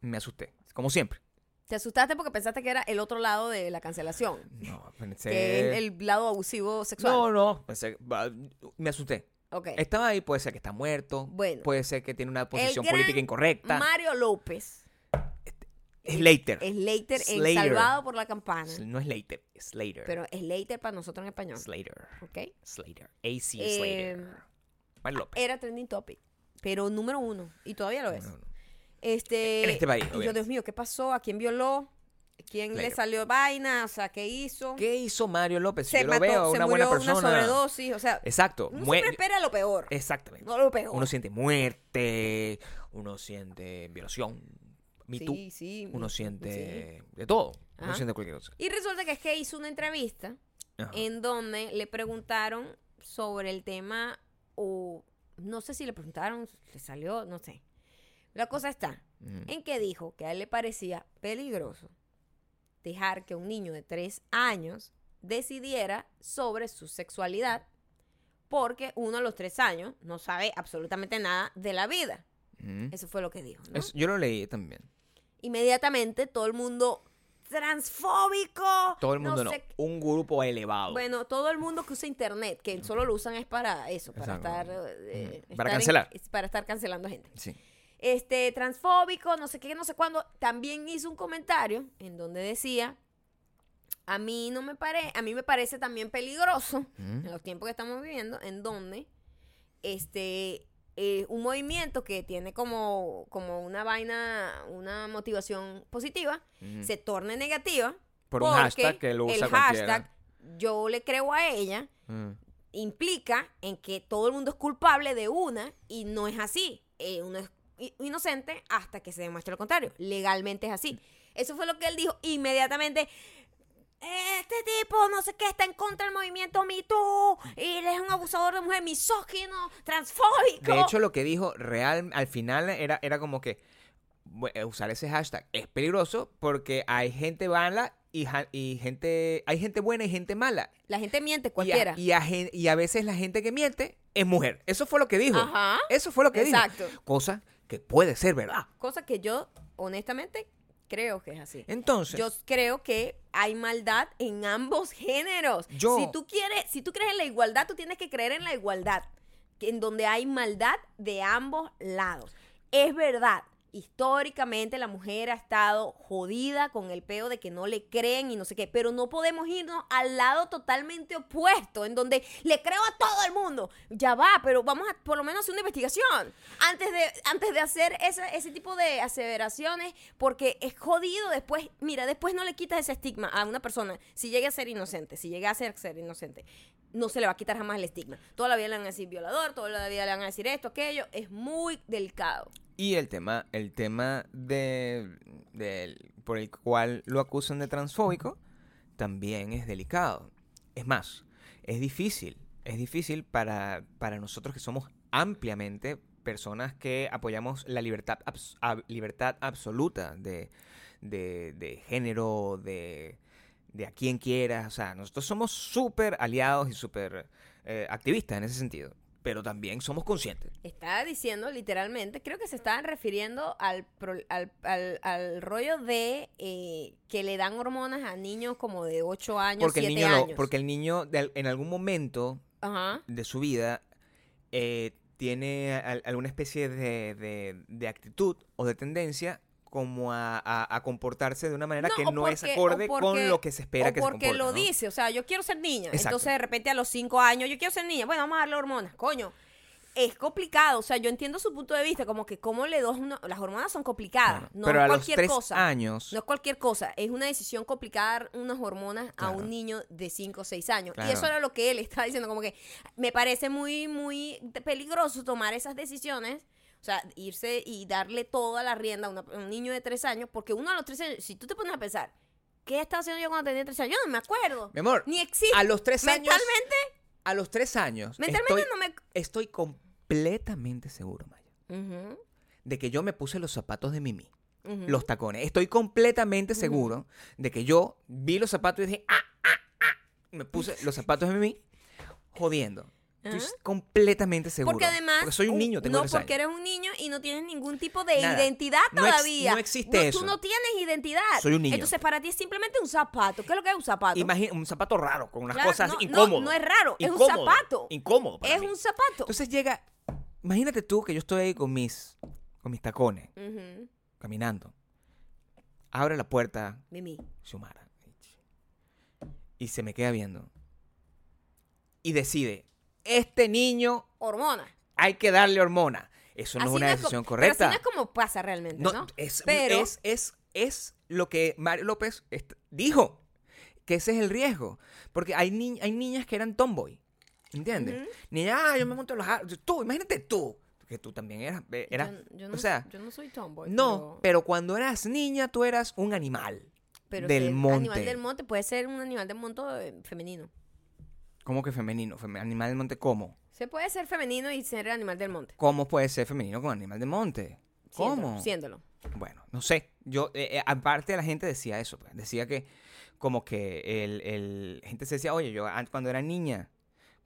Speaker 2: me asusté. Como siempre.
Speaker 1: Te asustaste porque pensaste que era el otro lado de la cancelación,
Speaker 2: No, pensé.
Speaker 1: que es el lado abusivo sexual.
Speaker 2: No, no. pensé- va, me asusté.
Speaker 1: Ok.
Speaker 2: Estaba ahí, puede ser que está muerto.
Speaker 1: Bueno.
Speaker 2: Puede ser que tiene una posición
Speaker 1: gran
Speaker 2: política incorrecta.
Speaker 1: Mario López
Speaker 2: Slater.
Speaker 1: es Slater en
Speaker 2: Slater.
Speaker 1: Salvado por la Campana,
Speaker 2: No es Slater, Slater.
Speaker 1: pero Slater para nosotros en español.
Speaker 2: Slater.
Speaker 1: ¿ok?
Speaker 2: Slater. AC
Speaker 1: Eh,
Speaker 2: Slater. Mario López.
Speaker 1: Era trending topic, pero número uno, y todavía lo es.
Speaker 2: No, no.
Speaker 1: Este,
Speaker 2: En este país,
Speaker 1: y yo,
Speaker 2: obviamente.
Speaker 1: Dios mío, ¿qué pasó? ¿A quién violó? ¿Quién le
Speaker 2: Claro.
Speaker 1: salió vaina? O sea, ¿qué hizo?
Speaker 2: ¿Qué hizo Mario López? Si
Speaker 1: Se
Speaker 2: yo
Speaker 1: mató,
Speaker 2: lo veo,
Speaker 1: se
Speaker 2: una
Speaker 1: murió
Speaker 2: buena persona.
Speaker 1: una sobredosis. O sea,
Speaker 2: Exacto.
Speaker 1: uno
Speaker 2: mue-
Speaker 1: siempre espera lo peor.
Speaker 2: Exactamente.
Speaker 1: No lo peor.
Speaker 2: Uno siente muerte, uno siente violación, me
Speaker 1: Sí,
Speaker 2: Too,
Speaker 1: sí,
Speaker 2: uno
Speaker 1: sí.
Speaker 2: siente de todo,
Speaker 1: Ajá.
Speaker 2: uno siente cualquier cosa.
Speaker 1: Y resulta que es que hizo una entrevista
Speaker 2: Ajá.
Speaker 1: en donde le preguntaron sobre el tema o no sé si le preguntaron, le salió, no sé. La cosa está
Speaker 2: Mm.
Speaker 1: en que dijo que a él le parecía peligroso dejar que un niño de tres años decidiera sobre su sexualidad porque uno a los tres años no sabe absolutamente nada de la vida.
Speaker 2: Mm.
Speaker 1: Eso fue lo que dijo. ¿no?
Speaker 2: Es- yo lo leí también.
Speaker 1: Inmediatamente todo el mundo transfóbico.
Speaker 2: Todo el mundo no,
Speaker 1: sé qué".
Speaker 2: un grupo elevado.
Speaker 1: Bueno, todo el mundo que usa internet, que solo lo usan es para eso, para
Speaker 2: Exacto.
Speaker 1: estar, eh,
Speaker 2: Ujú.
Speaker 1: estar
Speaker 2: Para
Speaker 1: en-
Speaker 2: cancelar.
Speaker 1: es para estar cancelando gente
Speaker 2: Sí.
Speaker 1: este, transfóbico, no sé qué, no sé cuándo, también hizo un comentario en donde decía, a mí no me parece, a mí me parece también peligroso
Speaker 2: Mm.
Speaker 1: en los tiempos que estamos viviendo, en donde este eh, un movimiento que tiene como, como una vaina, una motivación positiva,
Speaker 2: Mm.
Speaker 1: se torne negativa
Speaker 2: Por un
Speaker 1: porque
Speaker 2: hashtag que lo usa
Speaker 1: el
Speaker 2: cualquiera.
Speaker 1: hashtag yo le creo a ella
Speaker 2: Mm.
Speaker 1: implica en que todo el mundo es culpable de una y no es así. Eh, uno es i- inocente hasta que se demuestre lo contrario. Legalmente es así. Eso fue lo que él dijo inmediatamente. Este tipo, no sé qué, está en contra del movimiento Me Too. Y él es un abusador de mujer misógino, transfóbico.
Speaker 2: De hecho, lo que dijo real al final era, era como que bu- eh, usar ese hashtag es peligroso porque hay gente mala y, ja- y gente, hay gente buena y gente mala.
Speaker 1: La gente miente,
Speaker 2: Y a-
Speaker 1: cualquiera.
Speaker 2: Y a, gen- y a veces la gente que miente es mujer. Eso fue lo que dijo.
Speaker 1: Ajá.
Speaker 2: Eso fue lo que
Speaker 1: Exacto.
Speaker 2: dijo. Cosa que puede ser verdad.
Speaker 1: Cosa que yo, honestamente, creo que es así.
Speaker 2: Entonces,
Speaker 1: Yo creo que hay maldad en ambos géneros.
Speaker 2: Yo-
Speaker 1: Si tú quieres, si tú crees en la igualdad, tú tienes que creer en la igualdad, que- en donde hay maldad de ambos lados. Es verdad. Históricamente la mujer ha estado jodida con el peo de que no le creen y no sé qué, pero no podemos irnos al lado totalmente opuesto, en donde le creo a todo el mundo. Ya va, pero vamos a por lo menos hacer una investigación antes de, antes de hacer esa- ese tipo de aseveraciones, porque es jodido después. Mira, después no le quitas ese estigma a una persona. Si llega a ser inocente, si llega a ser, ser inocente, no se le va a quitar jamás el estigma. Toda la vida le van a decir violador, toda la vida le van a decir esto, aquello. Es muy delicado.
Speaker 2: y el tema, el tema de, del- por el cual lo acusan de transfóbico también es delicado. Es más, es difícil. Es difícil para, para nosotros que somos ampliamente personas que apoyamos la libertad, abs- ab- libertad absoluta de, de, de género, de, de a quien quieras. O sea, nosotros somos súper aliados y súper eh, activistas en ese sentido. Pero también somos conscientes.
Speaker 1: Está diciendo literalmente, creo que se estaban refiriendo al, pro- al, al- al rollo de eh, que le dan hormonas a niños como de 8 años,
Speaker 2: porque el
Speaker 1: 7
Speaker 2: niño lo-
Speaker 1: años.
Speaker 2: porque el niño de al- en algún momento
Speaker 1: Ajá.
Speaker 2: de su vida eh, tiene al- alguna especie de, de- de actitud o de tendencia como a, a- a comportarse de una manera
Speaker 1: No,
Speaker 2: que
Speaker 1: o
Speaker 2: no es
Speaker 1: porque-
Speaker 2: acorde
Speaker 1: o porque-
Speaker 2: con lo que se espera
Speaker 1: o
Speaker 2: que se
Speaker 1: porque
Speaker 2: comporte,
Speaker 1: lo
Speaker 2: ¿no?
Speaker 1: dice, o sea, yo quiero ser niña.
Speaker 2: Exacto.
Speaker 1: Entonces, de repente a los 5 años, yo quiero ser niña. Bueno, vamos a darle hormonas, coño. Es complicado, o sea, yo entiendo su punto de vista, como que cómo le dos una- las hormonas son complicadas,
Speaker 2: Claro.
Speaker 1: no
Speaker 2: Pero
Speaker 1: es
Speaker 2: a los
Speaker 1: cualquier
Speaker 2: tres
Speaker 1: cosa.
Speaker 2: años,
Speaker 1: No es cualquier cosa, es una decisión complicada dar unas hormonas a
Speaker 2: Claro.
Speaker 1: un niño de 5 o 6 años. Y
Speaker 2: Claro.
Speaker 1: eso era lo que él estaba diciendo, como que me parece muy, muy te- peligroso tomar esas decisiones. O sea, irse y darle toda la rienda a, una- a un niño de 3 años, porque uno a los 3 años, si tú te pones a pensar, ¿qué estaba haciendo yo cuando tenía 3 años? Yo no me acuerdo.
Speaker 2: mi amor,
Speaker 1: Ni existe.
Speaker 2: a los tres años,
Speaker 1: mentalmente,
Speaker 2: a los tres años,
Speaker 1: mentalmente
Speaker 2: estoy,
Speaker 1: no me...
Speaker 2: estoy completamente seguro, Maya,
Speaker 1: Ujú,
Speaker 2: de que yo me puse los zapatos de Mimi.
Speaker 1: ujú.
Speaker 2: los tacones. Estoy completamente seguro de que yo vi los zapatos y dije, ah, ah, ah". Me puse los zapatos en mí, jodiendo. Estoy
Speaker 1: Ajá.
Speaker 2: completamente seguro.
Speaker 1: Porque además.
Speaker 2: Porque soy un niño, tengo
Speaker 1: No,
Speaker 2: 3
Speaker 1: porque
Speaker 2: años.
Speaker 1: eres un niño y no tienes ningún tipo de
Speaker 2: Nada.
Speaker 1: identidad
Speaker 2: No ex-
Speaker 1: todavía.
Speaker 2: no existe
Speaker 1: Tú
Speaker 2: eso.
Speaker 1: no tienes identidad.
Speaker 2: Soy un niño.
Speaker 1: Entonces, para ti es simplemente un zapato. ¿Qué es lo que es un zapato?
Speaker 2: Imagina un zapato raro, con unas
Speaker 1: Claro,
Speaker 2: cosas
Speaker 1: no, no,
Speaker 2: incómodas.
Speaker 1: no es raro, es un
Speaker 2: Incómodo,
Speaker 1: zapato.
Speaker 2: Incómodo. para
Speaker 1: es
Speaker 2: mí.
Speaker 1: un zapato.
Speaker 2: Entonces llega, imagínate tú que yo estoy ahí con mis, con mis tacones,
Speaker 1: Ujú.
Speaker 2: caminando. Abre la puerta,
Speaker 1: Mimi.
Speaker 2: Xiomara. Y se me queda viendo. Y decide, este niño
Speaker 1: Hormona.
Speaker 2: hay que darle hormona. Eso no
Speaker 1: Así
Speaker 2: es una
Speaker 1: no co-
Speaker 2: decisión
Speaker 1: pero
Speaker 2: correcta.
Speaker 1: así no es como pasa realmente,
Speaker 2: No,
Speaker 1: ¿no?
Speaker 2: es,
Speaker 1: Pero-
Speaker 2: es, es, es lo que Mario López est- dijo, que ese es el riesgo. Porque hay, ni- hay niñas que eran tomboy, ¿entiendes? Niña, ah, yo me monto en los ar-". Tú, imagínate tú, que tú también eras... eras-
Speaker 1: yo, yo no,
Speaker 2: o sea,
Speaker 1: yo no soy tomboy.
Speaker 2: no,
Speaker 1: pero,
Speaker 2: pero cuando eras niña tú eras un animal.
Speaker 1: pero
Speaker 2: del
Speaker 1: que el
Speaker 2: monte.
Speaker 1: Animal del monte puede ser un animal del monte eh, femenino.
Speaker 2: ¿Cómo que femenino? Fem- ¿Animal del monte cómo?
Speaker 1: Se puede ser femenino y ser animal del monte.
Speaker 2: ¿Cómo puede ser femenino con animal del monte?
Speaker 1: Siéndolo,
Speaker 2: ¿Cómo?
Speaker 1: Siéndolo.
Speaker 2: Bueno, no sé. Yo, eh, eh, aparte la gente decía eso, pues. decía que como que el, el- gente se decía, oye, yo an- cuando era niña,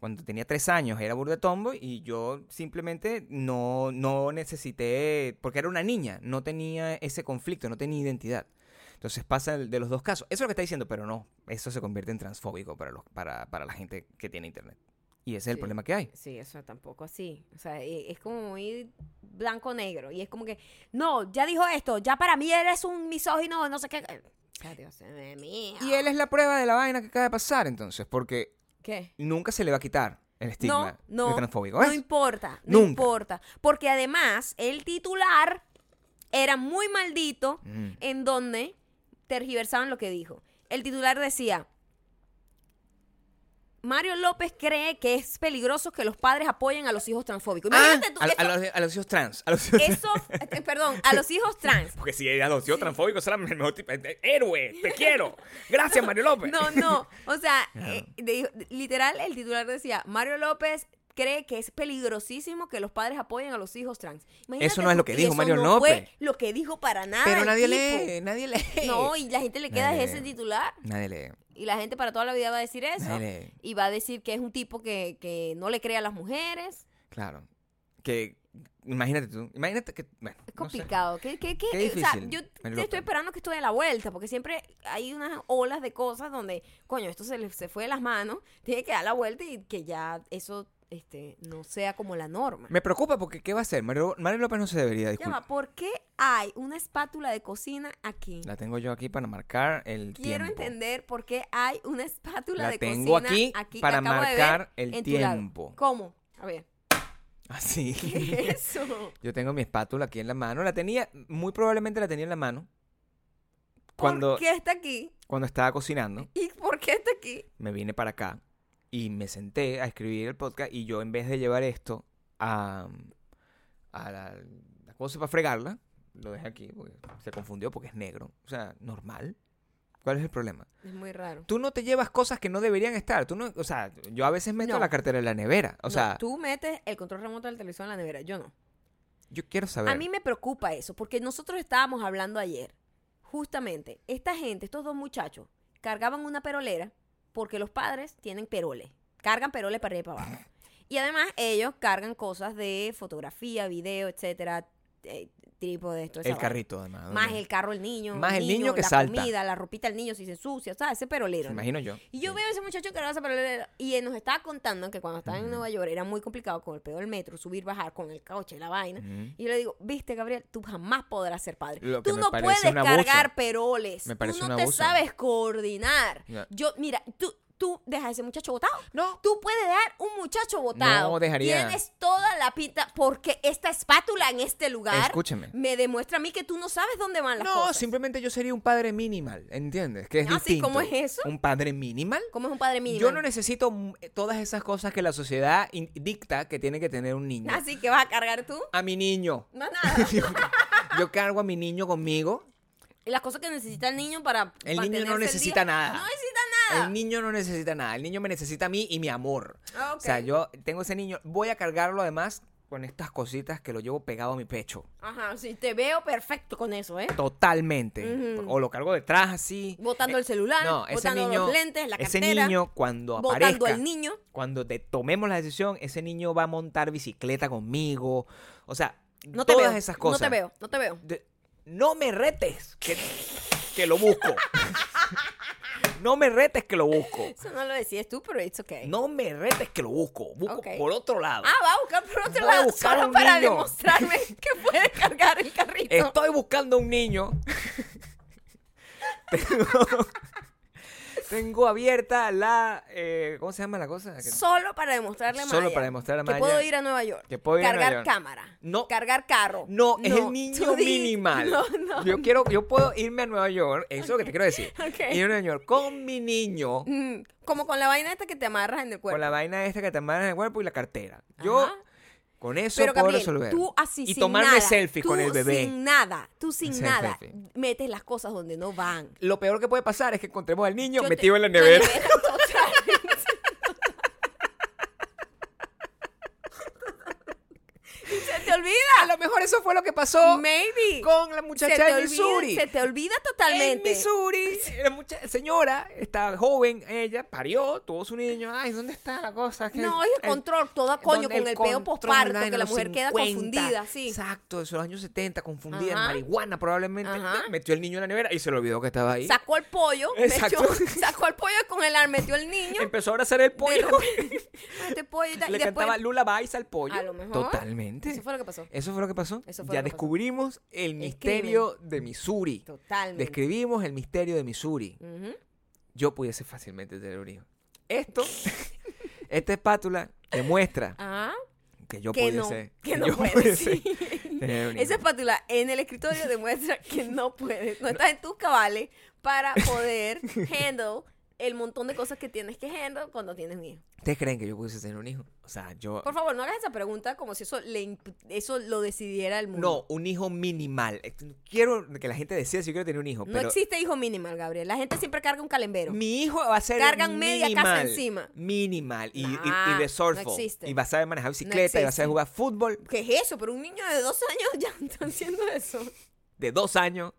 Speaker 2: cuando tenía tres años, era burda de tombo y yo simplemente no, no necesité, porque era una niña, no tenía ese conflicto, no tenía identidad. Entonces pasa el- de los dos casos. Eso es lo que está diciendo, pero no, eso se convierte en transfóbico para, los, para, para la gente que tiene internet. Y ese es el
Speaker 1: Sí.
Speaker 2: problema que hay.
Speaker 1: Sí, eso tampoco así. O sea, e- es como muy blanco-negro. Y es como que, no, ya dijo esto, ya para mí eres un misógino, no sé qué. Eh, O sea, Dios mío.
Speaker 2: Y él es la prueba de la vaina que acaba de pasar, entonces, porque
Speaker 1: ¿Qué?
Speaker 2: nunca se le va a quitar el estigma
Speaker 1: no,
Speaker 2: de
Speaker 1: no,
Speaker 2: transfóbico.
Speaker 1: no
Speaker 2: ¿ves?
Speaker 1: importa, no
Speaker 2: Nunca.
Speaker 1: importa. Porque además, el titular era muy maldito
Speaker 2: Mm.
Speaker 1: en donde tergiversaban lo que dijo. El titular decía, Mario López cree que es peligroso que los padres apoyen a los hijos transfóbicos.
Speaker 2: Ah,
Speaker 1: Imagínate tú,
Speaker 2: a,
Speaker 1: eso-
Speaker 2: a los, a los hijos trans. a los hijos-
Speaker 1: Eso, eh, perdón, a los hijos trans.
Speaker 2: porque si era los hijos transfóbicos, era el mejor tipo. eh, ¡Héroe! ¡Te quiero! ¡Gracias, Mario López!
Speaker 1: No, no. O sea,
Speaker 2: Claro.
Speaker 1: eh, de- literal, el titular decía, Mario López cree que es peligrosísimo que los padres apoyen a los hijos trans.
Speaker 2: Eso no es lo que
Speaker 1: y
Speaker 2: dijo
Speaker 1: eso
Speaker 2: Mario
Speaker 1: no fue
Speaker 2: López.
Speaker 1: lo que dijo para nada.
Speaker 3: Pero
Speaker 1: el
Speaker 3: nadie
Speaker 1: tipo.
Speaker 3: lee, nadie lee.
Speaker 1: No, y la gente le queda
Speaker 2: Nadie
Speaker 1: ese
Speaker 2: lee.
Speaker 1: titular.
Speaker 2: Nadie lee.
Speaker 1: Y la gente para toda la vida va a decir eso.
Speaker 2: Nadie lee.
Speaker 1: Y va a decir que es un tipo que, que no le cree a las mujeres.
Speaker 2: Claro. Que imagínate tú. Imagínate que. Bueno,
Speaker 1: Es
Speaker 2: no sé.
Speaker 1: complicado. ¿Qué, qué, qué?
Speaker 2: Qué
Speaker 1: O sea,
Speaker 2: difícil,
Speaker 1: yo
Speaker 2: Mario López.
Speaker 1: estoy esperando que esto dé la vuelta, porque siempre hay unas olas de cosas donde, coño, esto se, le, se fue de las manos, tiene que dar la vuelta y que ya eso este, no sea como la norma.
Speaker 2: Me preocupa porque ¿qué va a hacer? Mario, Mario López no se debería
Speaker 1: Ya va,
Speaker 2: disculpar.
Speaker 1: ¿por qué hay una espátula de cocina aquí?
Speaker 2: La tengo yo aquí para marcar el
Speaker 1: Quiero
Speaker 2: tiempo.
Speaker 1: entender por qué hay una espátula
Speaker 2: La
Speaker 1: de
Speaker 2: tengo
Speaker 1: cocina
Speaker 2: aquí
Speaker 1: que
Speaker 2: para
Speaker 1: acabo de ver
Speaker 2: marcar el
Speaker 1: en tu lado.
Speaker 2: tiempo.
Speaker 1: ¿Cómo? A ver.
Speaker 2: Así.
Speaker 1: ¿Qué es eso?
Speaker 2: Yo tengo mi espátula aquí en la mano. La tenía, muy probablemente la tenía en la mano. Cuando,
Speaker 1: ¿Por qué está aquí?
Speaker 2: cuando estaba cocinando,
Speaker 1: ¿Y por qué está aquí?
Speaker 2: me vine para acá y me senté a escribir el podcast y yo en vez de llevar esto a, a la, la cosa para fregarla, lo dejé aquí porque se confundió porque es negro. O sea, normal. ¿Cuál es el problema?
Speaker 1: Es muy raro.
Speaker 2: Tú no te llevas cosas que no deberían estar. Tú no, o sea, yo a veces meto
Speaker 1: No.
Speaker 2: la cartera en la nevera. O
Speaker 1: No,
Speaker 2: sea,
Speaker 1: tú metes el control remoto del televisor en la nevera, yo no.
Speaker 2: yo quiero
Speaker 1: A,
Speaker 2: saber.
Speaker 1: mí me preocupa eso, porque nosotros estábamos hablando ayer, justamente, esta gente, estos dos muchachos, cargaban una perolera porque los padres tienen peroles, cargan peroles para arriba y para abajo. Y además ellos cargan cosas de fotografía, video, etcétera, eh, trípode, esto, esa
Speaker 2: el
Speaker 1: vaina.
Speaker 2: carrito, además.
Speaker 1: Más el carro el niño.
Speaker 2: Más el niño que
Speaker 1: la
Speaker 2: salta.
Speaker 1: comida, la ropita del niño si se ensucia, o sea, ese perolero.
Speaker 2: Me
Speaker 1: ¿no?
Speaker 2: imagino yo.
Speaker 1: Y yo
Speaker 2: Sí.
Speaker 1: veo a ese muchacho que esa perolera y él nos estaba contando que cuando estaba en
Speaker 2: Ujú.
Speaker 1: Nueva York era muy complicado con el pedo del metro, subir, bajar, con el coche, la vaina.
Speaker 2: Ujú.
Speaker 1: Y yo le digo, viste, Gabriel, tú jamás podrás ser padre.
Speaker 2: Lo que
Speaker 1: Tú
Speaker 2: me
Speaker 1: no
Speaker 2: parece
Speaker 1: puedes
Speaker 2: un abuso.
Speaker 1: cargar peroles.
Speaker 2: Me parece
Speaker 1: tú
Speaker 2: un
Speaker 1: no te
Speaker 2: abuso.
Speaker 1: sabes coordinar.
Speaker 2: Ya.
Speaker 1: Yo, mira, tú, tú dejas a ese muchacho botado.
Speaker 2: No.
Speaker 1: Tú puedes dar un muchacho botado.
Speaker 2: No, dejaría.
Speaker 1: Tienes toda la pinta porque esta espátula en este lugar
Speaker 2: Escúchame.
Speaker 1: me demuestra a mí que tú no sabes dónde van las
Speaker 2: no,
Speaker 1: cosas.
Speaker 2: simplemente yo sería un padre minimal, ¿entiendes? Que es
Speaker 1: Ah, sí,
Speaker 2: distinto.
Speaker 1: ¿cómo es eso?
Speaker 2: ¿Un padre minimal?
Speaker 1: ¿Cómo es un padre mínimo?
Speaker 2: Yo no necesito mm, todas esas cosas que la sociedad in- dicta que tiene que tener un niño.
Speaker 1: Así que vas a cargar tú.
Speaker 2: A mi niño.
Speaker 1: No, nada.
Speaker 2: Yo cargo a mi niño conmigo.
Speaker 1: Y las cosas que necesita el niño para.
Speaker 2: El niño no
Speaker 1: mantenerse
Speaker 2: necesita
Speaker 1: día.
Speaker 2: nada.
Speaker 1: No necesita nada.
Speaker 2: El niño no necesita nada. El niño me necesita a mí y mi amor.
Speaker 1: Ah,
Speaker 2: O sea,
Speaker 1: ok.
Speaker 2: yo tengo ese niño. Voy a cargarlo además con estas cositas que lo llevo pegado a mi pecho.
Speaker 1: Ajá, sí, te veo perfecto con eso, ¿eh?
Speaker 2: Totalmente.
Speaker 1: Ujú.
Speaker 2: O lo cargo detrás así.
Speaker 1: Botando
Speaker 2: Eh,
Speaker 1: el celular,
Speaker 2: No, ese
Speaker 1: botando
Speaker 2: niño,
Speaker 1: los lentes, la
Speaker 2: ese
Speaker 1: cartera.
Speaker 2: niño cuando
Speaker 1: botando
Speaker 2: aparezca,
Speaker 1: al niño.
Speaker 2: cuando te tomemos la decisión, ese niño va a montar bicicleta conmigo. O sea,
Speaker 1: No te
Speaker 2: todas
Speaker 1: veo.
Speaker 2: esas cosas.
Speaker 1: No te veo, no te veo.
Speaker 2: De- no me retes que, que lo busco. no me retes que lo busco.
Speaker 1: Eso no lo decías tú, pero it's okay.
Speaker 2: No me retes que lo busco. Busco
Speaker 1: Ok.
Speaker 2: por otro lado.
Speaker 1: Ah, va a buscar por otro
Speaker 2: Voy a
Speaker 1: lado
Speaker 2: buscar
Speaker 1: solo
Speaker 2: un
Speaker 1: para
Speaker 2: niño.
Speaker 1: demostrarme que puede cargar el carrito.
Speaker 2: Estoy buscando un niño. tengo, tengo abierta la. eh, ¿Cómo se llama la cosa? Que-
Speaker 1: Solo para demostrarle a
Speaker 2: Solo
Speaker 1: Maya
Speaker 2: para demostrarle a
Speaker 1: Que
Speaker 2: Maya
Speaker 1: puedo ir a Nueva York.
Speaker 2: que puedo ir a
Speaker 1: cargar
Speaker 2: Nueva York.
Speaker 1: cámara.
Speaker 2: No.
Speaker 1: Cargar carro.
Speaker 2: No, es el
Speaker 1: tú
Speaker 2: niño
Speaker 1: di-
Speaker 2: minimal.
Speaker 1: No, no.
Speaker 2: Yo quiero, yo puedo irme a Nueva York, eso es lo que te quiero decir.
Speaker 1: Ok.
Speaker 2: Ir a Nueva York con mi niño,
Speaker 1: Mm, como con la vaina esta que te amarras en el cuerpo.
Speaker 2: con la vaina esta que te mandan en el cuerpo y la cartera. Yo
Speaker 1: Ajá.
Speaker 2: con eso
Speaker 1: Pero
Speaker 2: puedo
Speaker 1: Gabriel,
Speaker 2: resolver.
Speaker 1: tú así
Speaker 2: y
Speaker 1: sin
Speaker 2: tomarme
Speaker 1: nada,
Speaker 2: selfies con
Speaker 1: tú
Speaker 2: el bebé.
Speaker 1: sin nada, tú sin
Speaker 2: Hacer
Speaker 1: nada,
Speaker 2: selfie.
Speaker 1: metes las cosas donde no van.
Speaker 2: Lo peor que puede pasar es que encontremos al
Speaker 1: Yo
Speaker 2: niño
Speaker 1: te-
Speaker 2: metido en la nevera.
Speaker 1: totalmente. Y se te olvida.
Speaker 2: A lo mejor eso fue lo que pasó
Speaker 1: Maybe.
Speaker 2: con la
Speaker 1: Se
Speaker 2: muchacha
Speaker 1: te,
Speaker 2: de
Speaker 1: olvida,
Speaker 2: Missouri.
Speaker 1: se te olvida
Speaker 2: En
Speaker 1: totalmente.
Speaker 2: Missouri, la mucha- señora, está joven, ella parió, tuvo su niño. Ay, ¿dónde está la cosa? Que-
Speaker 1: No, es el control, toda coño,
Speaker 2: donde
Speaker 1: con el, peo
Speaker 2: control
Speaker 1: posparto,
Speaker 2: andaba en
Speaker 1: que la
Speaker 2: los
Speaker 1: mujer queda
Speaker 2: 50,
Speaker 1: confundida, sí.
Speaker 2: Exacto, de los años 70, confundida en
Speaker 1: Ajá.
Speaker 2: marihuana probablemente.
Speaker 1: Ajá.
Speaker 2: Metió el niño en la nevera y se le olvidó que estaba ahí.
Speaker 1: Sacó el pollo,
Speaker 2: Exacto.
Speaker 1: metió- sacó el pollo con el ar, metió el niño.
Speaker 2: Empezó a abrazar el pollo.
Speaker 1: este pollo y tal,
Speaker 2: le
Speaker 1: y después-
Speaker 2: cantaba Lula Vais al pollo.
Speaker 1: A lo mejor.
Speaker 2: Totalmente.
Speaker 1: Eso fue lo que pasó.
Speaker 2: Eso fue lo que pasó.
Speaker 1: Eso fue
Speaker 2: ya
Speaker 1: lo que pasó.
Speaker 2: descubrimos el misterio de Missouri.
Speaker 1: Totalmente.
Speaker 2: Describimos el misterio de Missouri.
Speaker 1: Ujú.
Speaker 2: Yo pudiese fácilmente tener un hijo. Esto, esta espátula demuestra
Speaker 1: Ajá.
Speaker 2: que yo
Speaker 1: Ah, que no,
Speaker 2: pudiese.
Speaker 1: que no
Speaker 2: yo
Speaker 1: puedes.
Speaker 2: pudiese
Speaker 1: sí.
Speaker 2: tener un hijo.
Speaker 1: Esa espátula en el escritorio demuestra que no puedes, no estás en tus cabales para poder handle el montón de cosas que tienes que handle cuando tienes un hijo.
Speaker 2: ¿Ustedes creen que yo pudiese tener un hijo? O sea, yo...
Speaker 1: Por favor, no hagas esa pregunta como si eso, le imp- eso lo decidiera el mundo.
Speaker 2: No, un hijo minimal. Eh, Quiero que la gente decida si yo quiero tener un hijo.
Speaker 1: No
Speaker 2: pero
Speaker 1: existe hijo minimal, Gabriel. La gente siempre carga un calembero.
Speaker 2: Mi hijo va a ser
Speaker 1: Cargan media casa
Speaker 2: minimal,
Speaker 1: encima.
Speaker 2: Minimal. Y, y-
Speaker 1: Nah,
Speaker 2: y resourceful.
Speaker 1: no existe.
Speaker 2: y va a saber manejar bicicleta, y va a
Speaker 1: existe.
Speaker 2: saber jugar fútbol
Speaker 1: ¿Qué es eso? Pero un niño de dos años ya están haciendo eso.
Speaker 2: de dos años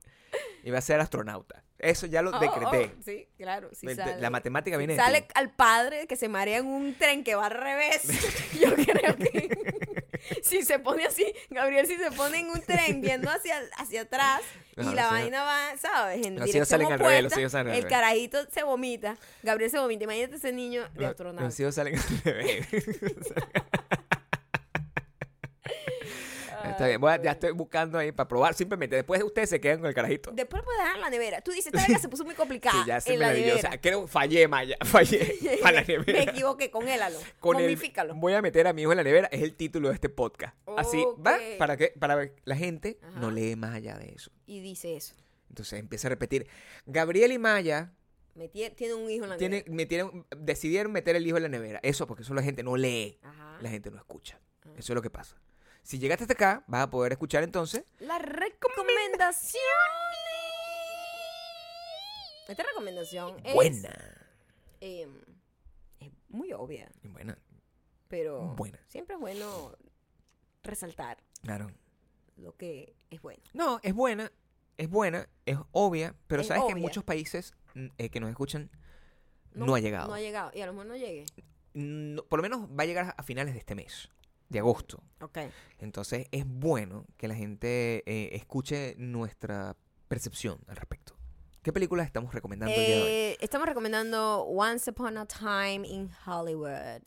Speaker 2: y va a ser astronauta. Eso ya lo
Speaker 1: Oh,
Speaker 2: decreté.
Speaker 1: oh, sí, claro. Sí
Speaker 2: Me- te-
Speaker 1: sale.
Speaker 2: la matemática viene de
Speaker 1: Sale
Speaker 2: ti.
Speaker 1: al padre que se marea en un tren que va al revés. Yo creo que si se pone así, Gabriel, si se pone en un tren viendo hacia, hacia atrás y
Speaker 2: Ajá,
Speaker 1: la
Speaker 2: sí.
Speaker 1: vaina va, ¿sabes? En
Speaker 2: Los
Speaker 1: dirección
Speaker 2: hijos salen al revés, los
Speaker 1: opuesta,
Speaker 2: hijos salen al
Speaker 1: el
Speaker 2: revés.
Speaker 1: carajito se vomita. Gabriel se vomita. Imagínate ese niño de
Speaker 2: Los-
Speaker 1: astronauta.
Speaker 2: Los hijos salen al revés. Está bien, voy a- ya estoy buscando ahí para probar. Simplemente después ustedes se quedan con el carajito.
Speaker 1: Después puedes dejar en la nevera. Tú dices, esta verga se puso muy complicada.
Speaker 2: que ya se
Speaker 1: en
Speaker 2: me
Speaker 1: la
Speaker 2: la dio. O
Speaker 1: nevera.
Speaker 2: sea, creo, fallé, Maya. Fallé para la
Speaker 1: Me
Speaker 2: nevera.
Speaker 1: equivoqué, congélalo.
Speaker 2: Con el,
Speaker 1: Modifícalo.
Speaker 2: voy a meter a mi hijo en la nevera es el título de este podcast. Así, ¿va?
Speaker 1: Ok.
Speaker 2: Para que para ver, la gente
Speaker 1: Ajá.
Speaker 2: no lee más allá de eso.
Speaker 1: Y dice eso.
Speaker 2: Entonces empieza a repetir. Gabriel y Maya
Speaker 1: Me tie- tiene un hijo en la
Speaker 2: tienen,
Speaker 1: nevera.
Speaker 2: metieron- decidieron meter el hijo en la nevera. Eso porque eso la gente no lee,
Speaker 1: Ajá.
Speaker 2: la gente no escucha.
Speaker 1: Ah.
Speaker 2: Eso es lo que pasa. Si llegaste hasta acá, vas a poder escuchar entonces.
Speaker 1: Las recomendaciones. Esta recomendación es,
Speaker 2: Buena.
Speaker 1: eh, es muy obvia,
Speaker 2: Buena.
Speaker 1: pero
Speaker 2: Buena.
Speaker 1: siempre es bueno resaltar
Speaker 2: Claro.
Speaker 1: lo que es bueno.
Speaker 2: No, es buena, es buena, es obvia, pero
Speaker 1: Es
Speaker 2: sabes que en
Speaker 1: obvia.
Speaker 2: muchos países mm, eh, que nos escuchan no, ha llegado.
Speaker 1: No ha llegado. Y a lo mejor no llegue.
Speaker 2: No- por lo menos va a llegar a finales de este mes, de agosto.
Speaker 1: Ok.
Speaker 2: Entonces es bueno que la gente eh, escuche nuestra percepción al respecto. ¿Qué películas estamos recomendando el día de
Speaker 1: Eh,
Speaker 2: hoy?
Speaker 1: estamos recomendando Once Upon a Time in Hollywood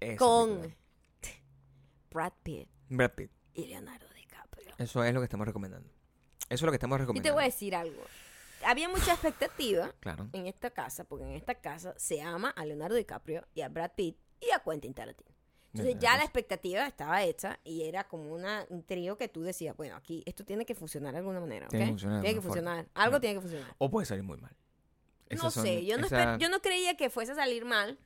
Speaker 2: Esa
Speaker 1: con
Speaker 2: película.
Speaker 1: Brad Pitt
Speaker 2: Brad Pitt.
Speaker 1: y Leonardo DiCaprio.
Speaker 2: Eso es lo que estamos recomendando. Eso es lo que estamos
Speaker 1: Yo
Speaker 2: recomendando.
Speaker 1: te voy a decir algo. Había mucha expectativa
Speaker 2: Claro.
Speaker 1: en esta casa, porque en esta casa se ama a Leonardo DiCaprio y a Brad Pitt y a Quentin Tarantino. Entonces
Speaker 2: Bien,
Speaker 1: ya la
Speaker 2: entonces.
Speaker 1: expectativa estaba hecha y era como una, un trío que tú decías, bueno, aquí esto tiene que funcionar de alguna manera, ¿ok?
Speaker 2: Tiene que funcionar de
Speaker 1: Tiene que
Speaker 2: alguna forma.
Speaker 1: funcionar, algo
Speaker 2: Claro.
Speaker 1: tiene que funcionar.
Speaker 2: O puede salir muy mal.
Speaker 1: no
Speaker 2: Esas son-
Speaker 1: sé, yo no,
Speaker 2: esa-
Speaker 1: esper- yo no creía que fuese a salir mal,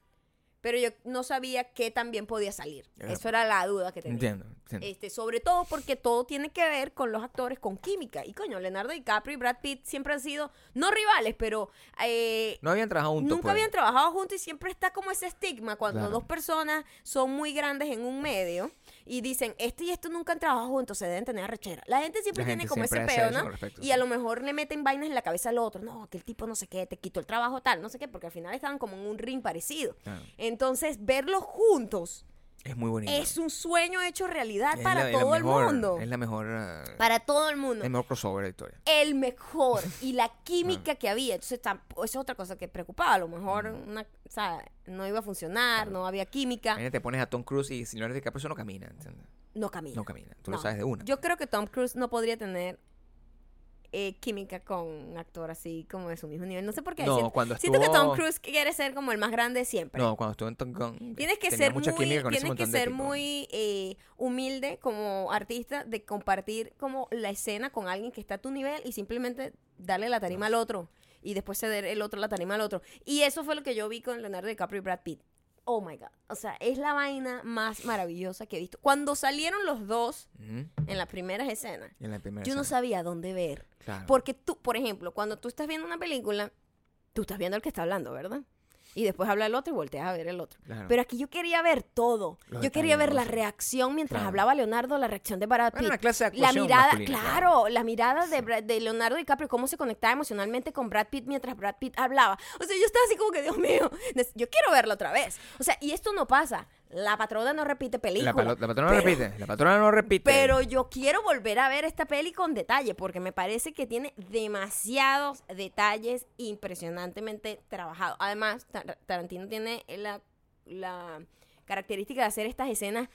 Speaker 1: pero yo no sabía qué también podía salir.
Speaker 2: Ajá.
Speaker 1: Eso era la duda que tenía.
Speaker 2: Entiendo. entiendo.
Speaker 1: Este, sobre todo porque todo tiene que ver con los actores, con química. Y coño, Leonardo DiCaprio y Brad Pitt siempre han sido, no rivales, pero eh,
Speaker 2: no habían trabajado juntos.
Speaker 1: Nunca
Speaker 2: pues.
Speaker 1: habían trabajado juntos y siempre está como ese estigma cuando
Speaker 2: Claro.
Speaker 1: dos personas son muy grandes en un medio y dicen, este y esto nunca han trabajado juntos, se deben tener arrechera. La gente siempre
Speaker 2: La
Speaker 1: tiene
Speaker 2: gente
Speaker 1: como
Speaker 2: siempre
Speaker 1: ese
Speaker 2: hace
Speaker 1: peo,
Speaker 2: eso
Speaker 1: ¿no?
Speaker 2: con respecto,
Speaker 1: y a
Speaker 2: sí.
Speaker 1: lo mejor le meten vainas en la cabeza al otro, no, aquel tipo no sé qué, te quito el trabajo tal, no sé qué, porque al final estaban como en un ring parecido.
Speaker 2: Claro.
Speaker 1: Entonces, verlos juntos
Speaker 2: Es muy bonito.
Speaker 1: es un sueño hecho realidad
Speaker 2: Es
Speaker 1: para
Speaker 2: la- es la
Speaker 1: todo
Speaker 2: mejor-
Speaker 1: el mundo.
Speaker 2: Es la mejor. eh,
Speaker 1: Para todo el mundo
Speaker 2: el mejor crossover de la historia.
Speaker 1: el mejor y la química que había. Entonces, tampo- eso es otra cosa que preocupaba. A lo mejor una, o sea, no iba a funcionar, no había química,
Speaker 2: Imagínate, te pones a Tom Cruise y si Leonardo DiCaprio eso no camina, ¿entiendes?
Speaker 1: no camina.
Speaker 2: No camina. Tú
Speaker 1: No.
Speaker 2: lo sabes de una.
Speaker 1: Yo creo que Tom Cruise no podría tener eh, química con un actor así como de su mismo nivel. No sé por qué.
Speaker 2: No,
Speaker 1: siento,
Speaker 2: cuando
Speaker 1: siento que Tom
Speaker 2: estuvo-
Speaker 1: Cruise quiere ser como el más grande siempre.
Speaker 2: no, cuando estuve en Top Gun.
Speaker 1: Tienes que
Speaker 2: tenía
Speaker 1: ser muy,
Speaker 2: mucha química con ese
Speaker 1: tienes que
Speaker 2: montón de
Speaker 1: ser
Speaker 2: tipos.
Speaker 1: muy eh, humilde como artista de compartir como la escena con alguien que está a tu nivel y simplemente darle la tarima al otro y después ceder el otro la tarima al otro. Y eso fue lo que yo vi con Leonardo DiCaprio y Brad Pitt. Oh my God. O sea, es la vaina más maravillosa que he visto. Cuando salieron los dos
Speaker 2: Ujú.
Speaker 1: en las primeras escenas,
Speaker 2: En la primera.
Speaker 1: yo no
Speaker 2: escena.
Speaker 1: sabía dónde ver.
Speaker 2: Claro.
Speaker 1: Porque tú, por ejemplo, cuando tú estás viendo una película, tú estás viendo el que está hablando, ¿verdad? Y después habla el otro y volteas a ver el otro.
Speaker 2: Claro.
Speaker 1: Pero aquí yo quería ver todo.
Speaker 2: Los
Speaker 1: yo quería ver la
Speaker 2: detalles.
Speaker 1: reacción mientras
Speaker 2: Claro.
Speaker 1: hablaba Leonardo, la reacción de Brad
Speaker 2: Bueno,
Speaker 1: Pitt.
Speaker 2: una clase de
Speaker 1: la
Speaker 2: actuación
Speaker 1: mirada,
Speaker 2: masculina,
Speaker 1: claro, la mirada de, Brad- de Leonardo DiCaprio, cómo se conectaba emocionalmente con Brad Pitt mientras Brad Pitt hablaba. O sea, yo estaba así como que, Dios mío, des- yo quiero verlo otra vez. O sea, y esto no pasa. La patrona no repite película.
Speaker 2: La, palo- la patrona
Speaker 1: pero-
Speaker 2: no repite. La patrona no repite.
Speaker 1: pero yo quiero volver a ver esta peli con detalle porque me parece que tiene demasiados detalles impresionantemente trabajados. Además, Tar- Tarantino tiene la, la característica de hacer estas escenas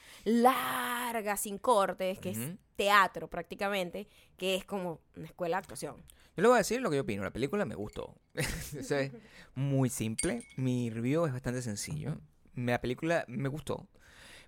Speaker 1: largas, sin cortes, que es
Speaker 2: Ujú.
Speaker 1: teatro prácticamente, que es como una escuela de actuación.
Speaker 2: Yo le voy a decir lo que yo opino. La película me gustó. Eso es muy simple. Mi review es bastante sencillo. Me- La película me gustó.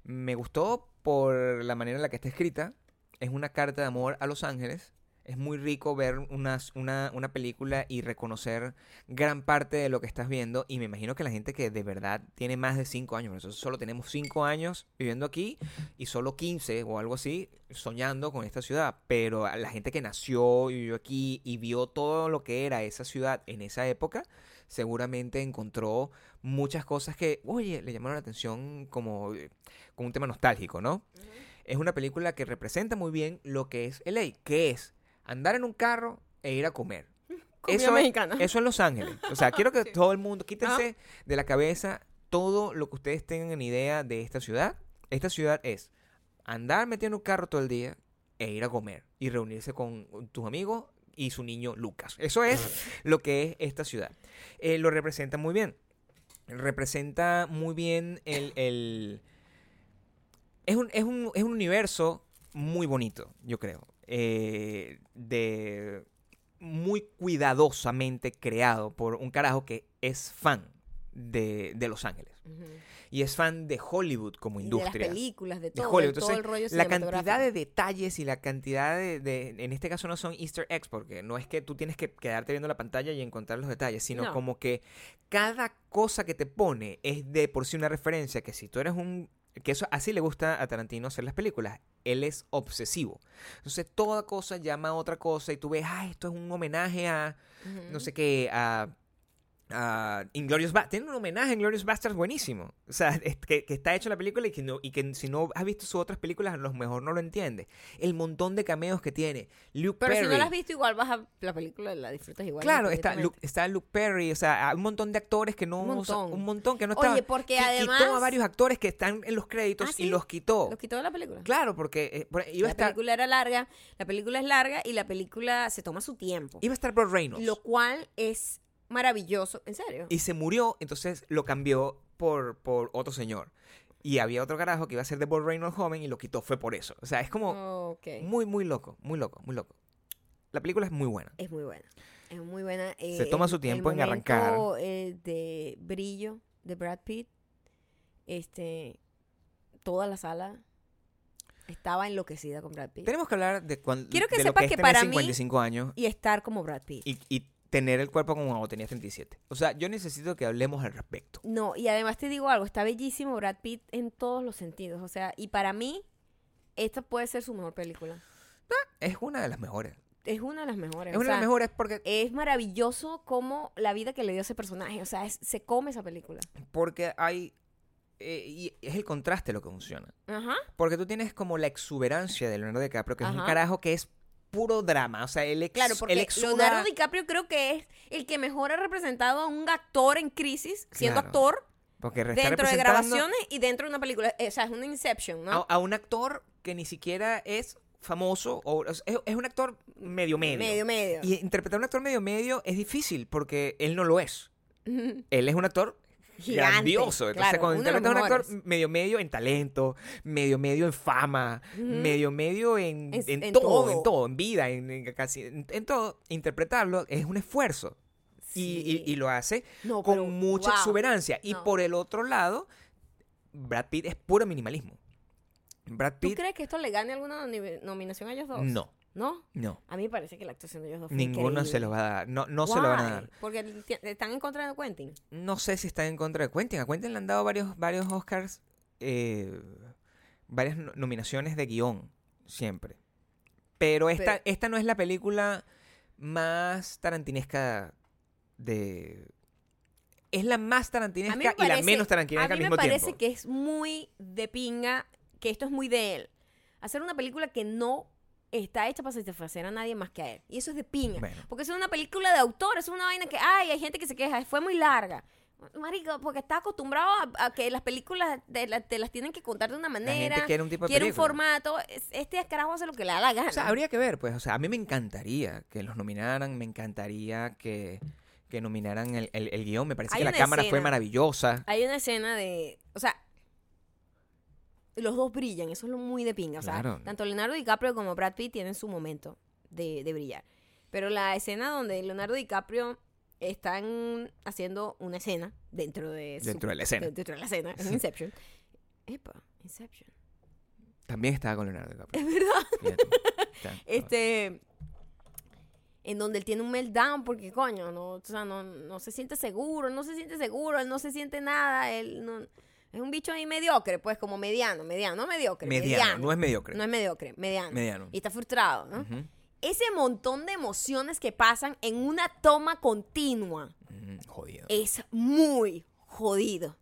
Speaker 2: Me gustó por la manera en la que está escrita. Es una carta de amor a Los Ángeles. es muy rico ver unas- una, una película y reconocer gran parte de lo que estás viendo. Y me imagino que la gente que de verdad tiene más de 5 años, nosotros solo tenemos 5 años viviendo aquí y solo 15 o algo así soñando con esta ciudad. Pero a la gente que nació y vivió aquí y vio todo lo que era esa ciudad en esa época, seguramente encontró muchas cosas que, oye, le llamaron la atención como, eh, como un tema nostálgico, ¿no? Es una película que representa muy bien lo que es LA, que es andar en un carro e ir a comer.
Speaker 1: Comida
Speaker 2: eso, es,
Speaker 1: mexicana.
Speaker 2: eso en Los Ángeles. O sea, quiero que
Speaker 1: Sí.
Speaker 2: todo el mundo, quítense de la cabeza todo lo que ustedes tengan en idea de esta ciudad. Esta ciudad es andar metido en un carro todo el día e ir a comer y reunirse con tus amigos y su niño Lucas. Eso es lo que es esta ciudad. Eh, lo representa muy bien. Representa muy bien el... el- Es, un, es, un, es un universo muy bonito, yo creo. Eh, de muy cuidadosamente creado por un carajo que es fan de, de Los Ángeles.
Speaker 1: Ujú.
Speaker 2: Y es fan de Hollywood como
Speaker 1: Y de las
Speaker 2: industria.
Speaker 1: películas, de
Speaker 2: de
Speaker 1: todo,
Speaker 2: Hollywood.
Speaker 1: de todo
Speaker 2: Entonces,
Speaker 1: el rollo
Speaker 2: la cantidad
Speaker 1: cinematográfico.
Speaker 2: de detalles y la cantidad de, de- en este caso no son Easter eggs porque no es que tú tienes que quedarte viendo la pantalla y encontrar los detalles, sino
Speaker 1: No.
Speaker 2: como que cada cosa que te pone es de por sí una referencia que si tú eres un que eso así le gusta a Tarantino hacer las películas. Él es obsesivo. Entonces toda cosa llama a otra cosa y tú ves, ah, esto es un homenaje a
Speaker 1: Ujú.
Speaker 2: no sé qué, a, a Inglorious Bastards. Tiene un homenaje a Inglorious Bastards buenísimo. O sea, es que, que está hecho en la película y que, no- y que si no has visto sus otras películas, a lo mejor no lo entiendes. El montón de cameos que tiene. Luke
Speaker 1: Pero
Speaker 2: Perry.
Speaker 1: si no la has visto, igual vas a la película, la disfrutas igual.
Speaker 2: Claro, está Luke,
Speaker 1: infinitamente.
Speaker 2: está Luke Perry, o sea, hay un montón de actores que no...
Speaker 1: Un
Speaker 2: o sea,
Speaker 1: montón.
Speaker 2: un montón que no
Speaker 1: Oye,
Speaker 2: estaban.
Speaker 1: porque
Speaker 2: Qui- Quitó a
Speaker 1: además-
Speaker 2: varios actores que están en los créditos
Speaker 1: Ah,
Speaker 2: y
Speaker 1: ¿sí?
Speaker 2: los quitó.
Speaker 1: ¿Lo quitó de la película?
Speaker 2: Oh. Claro, porque eh, por- iba,
Speaker 1: la
Speaker 2: a estar,
Speaker 1: película era larga, la película es larga y la película se toma su tiempo.
Speaker 2: iba a estar Brad Reynolds.
Speaker 1: Lo cual es maravilloso, en serio.
Speaker 2: Y se murió, entonces lo cambió por, por otro señor. Y había otro carajo que iba a ser de Bob Reynolds joven y lo quitó, fue por eso. O sea, es como
Speaker 1: Ok.
Speaker 2: muy, muy loco, muy loco, muy loco. La película es muy buena.
Speaker 1: Es muy buena. Es muy buena. eh,
Speaker 2: Se toma su
Speaker 1: el- el
Speaker 2: tiempo en
Speaker 1: momento,
Speaker 2: arrancar.
Speaker 1: eh, de brillo de Brad Pitt. Este. Toda la sala estaba enloquecida con Brad Pitt.
Speaker 2: Tenemos que hablar de cuando
Speaker 1: Quiero que
Speaker 2: de lo
Speaker 1: sepas
Speaker 2: es
Speaker 1: que
Speaker 2: tener
Speaker 1: para mí-
Speaker 2: 55 años
Speaker 1: Y estar como Brad Pitt.
Speaker 2: y, y tener el cuerpo como cuando tenías 37. O sea, yo necesito que hablemos al respecto.
Speaker 1: No, y además te digo algo, está bellísimo Brad Pitt en todos los sentidos. O sea, y para mí, esta puede ser su mejor película.
Speaker 2: Es una de las mejores.
Speaker 1: Es una de las mejores.
Speaker 2: Es
Speaker 1: o
Speaker 2: una de las
Speaker 1: sea,
Speaker 2: mejores porque
Speaker 1: Es maravilloso como la vida que le dio ese personaje. O sea, es- se come esa película.
Speaker 2: porque hay eh, y es el contraste lo que funciona.
Speaker 1: Ajá.
Speaker 2: Porque tú tienes como la exuberancia de Leonardo DiCaprio, que es un
Speaker 1: Ajá.
Speaker 2: carajo que es puro drama. O sea, él, ex,
Speaker 1: Claro,
Speaker 2: él
Speaker 1: porque
Speaker 2: exuda-
Speaker 1: Leonardo DiCaprio creo que es el que mejor ha representado a un actor en crisis, siendo
Speaker 2: Claro.
Speaker 1: actor,
Speaker 2: porque está
Speaker 1: dentro de
Speaker 2: representando Oh,
Speaker 1: grabaciones y dentro de una película. Eh, O sea, es una Inception, ¿no?
Speaker 2: a, a un actor que ni siquiera es famoso, o, o sea, es, es un actor medio medio.
Speaker 1: medio, medio.
Speaker 2: Y interpretar a un actor medio medio es difícil porque él no lo es. Él es un actor
Speaker 1: Gigante,
Speaker 2: grandioso. Entonces,
Speaker 1: claro,
Speaker 2: cuando
Speaker 1: uno de los
Speaker 2: interpretas a un actor
Speaker 1: mejores.
Speaker 2: medio medio en talento, medio medio en fama, medio medio en,
Speaker 1: Es-
Speaker 2: en
Speaker 1: en
Speaker 2: todo,
Speaker 1: todo.
Speaker 2: en todo, en vida, en, en casi en, en todo, interpretarlo es un esfuerzo. Y-
Speaker 1: Sí.
Speaker 2: Y, y lo hace
Speaker 1: No,
Speaker 2: con
Speaker 1: pero,
Speaker 2: mucha
Speaker 1: wow.
Speaker 2: exuberancia. Y
Speaker 1: No.
Speaker 2: por el otro lado, Brad Pitt es puro minimalismo. Brad
Speaker 1: ¿Tú
Speaker 2: Pitt,
Speaker 1: crees que esto le gane alguna nomi- nominación a ellos dos?
Speaker 2: no,
Speaker 1: ¿No?
Speaker 2: no.
Speaker 1: A mí me parece que la actuación de ellos dos fue
Speaker 2: Ninguno
Speaker 1: increíble.
Speaker 2: se los va a dar. No, no se lo van a
Speaker 1: Why?
Speaker 2: dar.
Speaker 1: Porque ti- están en contra de Quentin.
Speaker 2: No sé si están en contra de Quentin. A Quentin le han dado varios, varios Oscars, eh, varias no- nominaciones de guión, siempre. Pero esta,
Speaker 1: Pero-
Speaker 2: esta no es la película más tarantinesca de... Es la más
Speaker 1: A mí me
Speaker 2: tarantinesca y la
Speaker 1: parece-
Speaker 2: menos
Speaker 1: A
Speaker 2: tarantinesca al
Speaker 1: mí me
Speaker 2: mismo
Speaker 1: parece
Speaker 2: tiempo.
Speaker 1: que es muy de pinga, que esto es muy de él. Hacer una película que no está hecha para satisfacer a nadie más que a él. Y eso es de pinga.
Speaker 2: Bueno.
Speaker 1: Porque eso es una película de autor, eso es una vaina que, ay, hay gente que se queja, fue muy larga. Marico, porque está acostumbrado a, a que las películas de la- te las tienen que contar de una
Speaker 2: La gente
Speaker 1: manera.
Speaker 2: quiere un tipo de
Speaker 1: quiere un
Speaker 2: película.
Speaker 1: formato. Es- Este carajo hace lo que le da la gana.
Speaker 2: O sea, habría que ver, pues, o sea, a mí me encantaría que los nominaran, me encantaría que, que nominaran el, el- el guión, me parece
Speaker 1: Hay
Speaker 2: que la
Speaker 1: una
Speaker 2: cámara fue
Speaker 1: escena.
Speaker 2: maravillosa.
Speaker 1: Hay una escena de. O sea. Los dos brillan, eso es lo muy de pinga. O sea,
Speaker 2: Claro.
Speaker 1: tanto Leonardo DiCaprio como Brad Pitt tienen su momento de, de brillar. Pero la escena donde Leonardo DiCaprio están haciendo una escena dentro de su-
Speaker 2: Dentro de la escena.
Speaker 1: de- Dentro de la escena, en Inception. Epa, Inception.
Speaker 2: También estaba con Leonardo DiCaprio.
Speaker 1: Es verdad.
Speaker 2: fíjate. Está-
Speaker 1: Este. en donde él tiene un meltdown porque, coño, no, o sea, no, no se siente seguro, no se siente seguro, él no se siente nada, él no... Es un bicho ahí mediocre, pues, como mediano, mediano, no mediocre.
Speaker 2: Mediano, no es mediocre.
Speaker 1: No es mediocre, mediano.
Speaker 2: Mediano.
Speaker 1: Y está frustrado, ¿no?
Speaker 2: Ujú.
Speaker 1: Ese montón de emociones que pasan en una toma continua
Speaker 2: Mm, jodido.
Speaker 1: es muy jodido.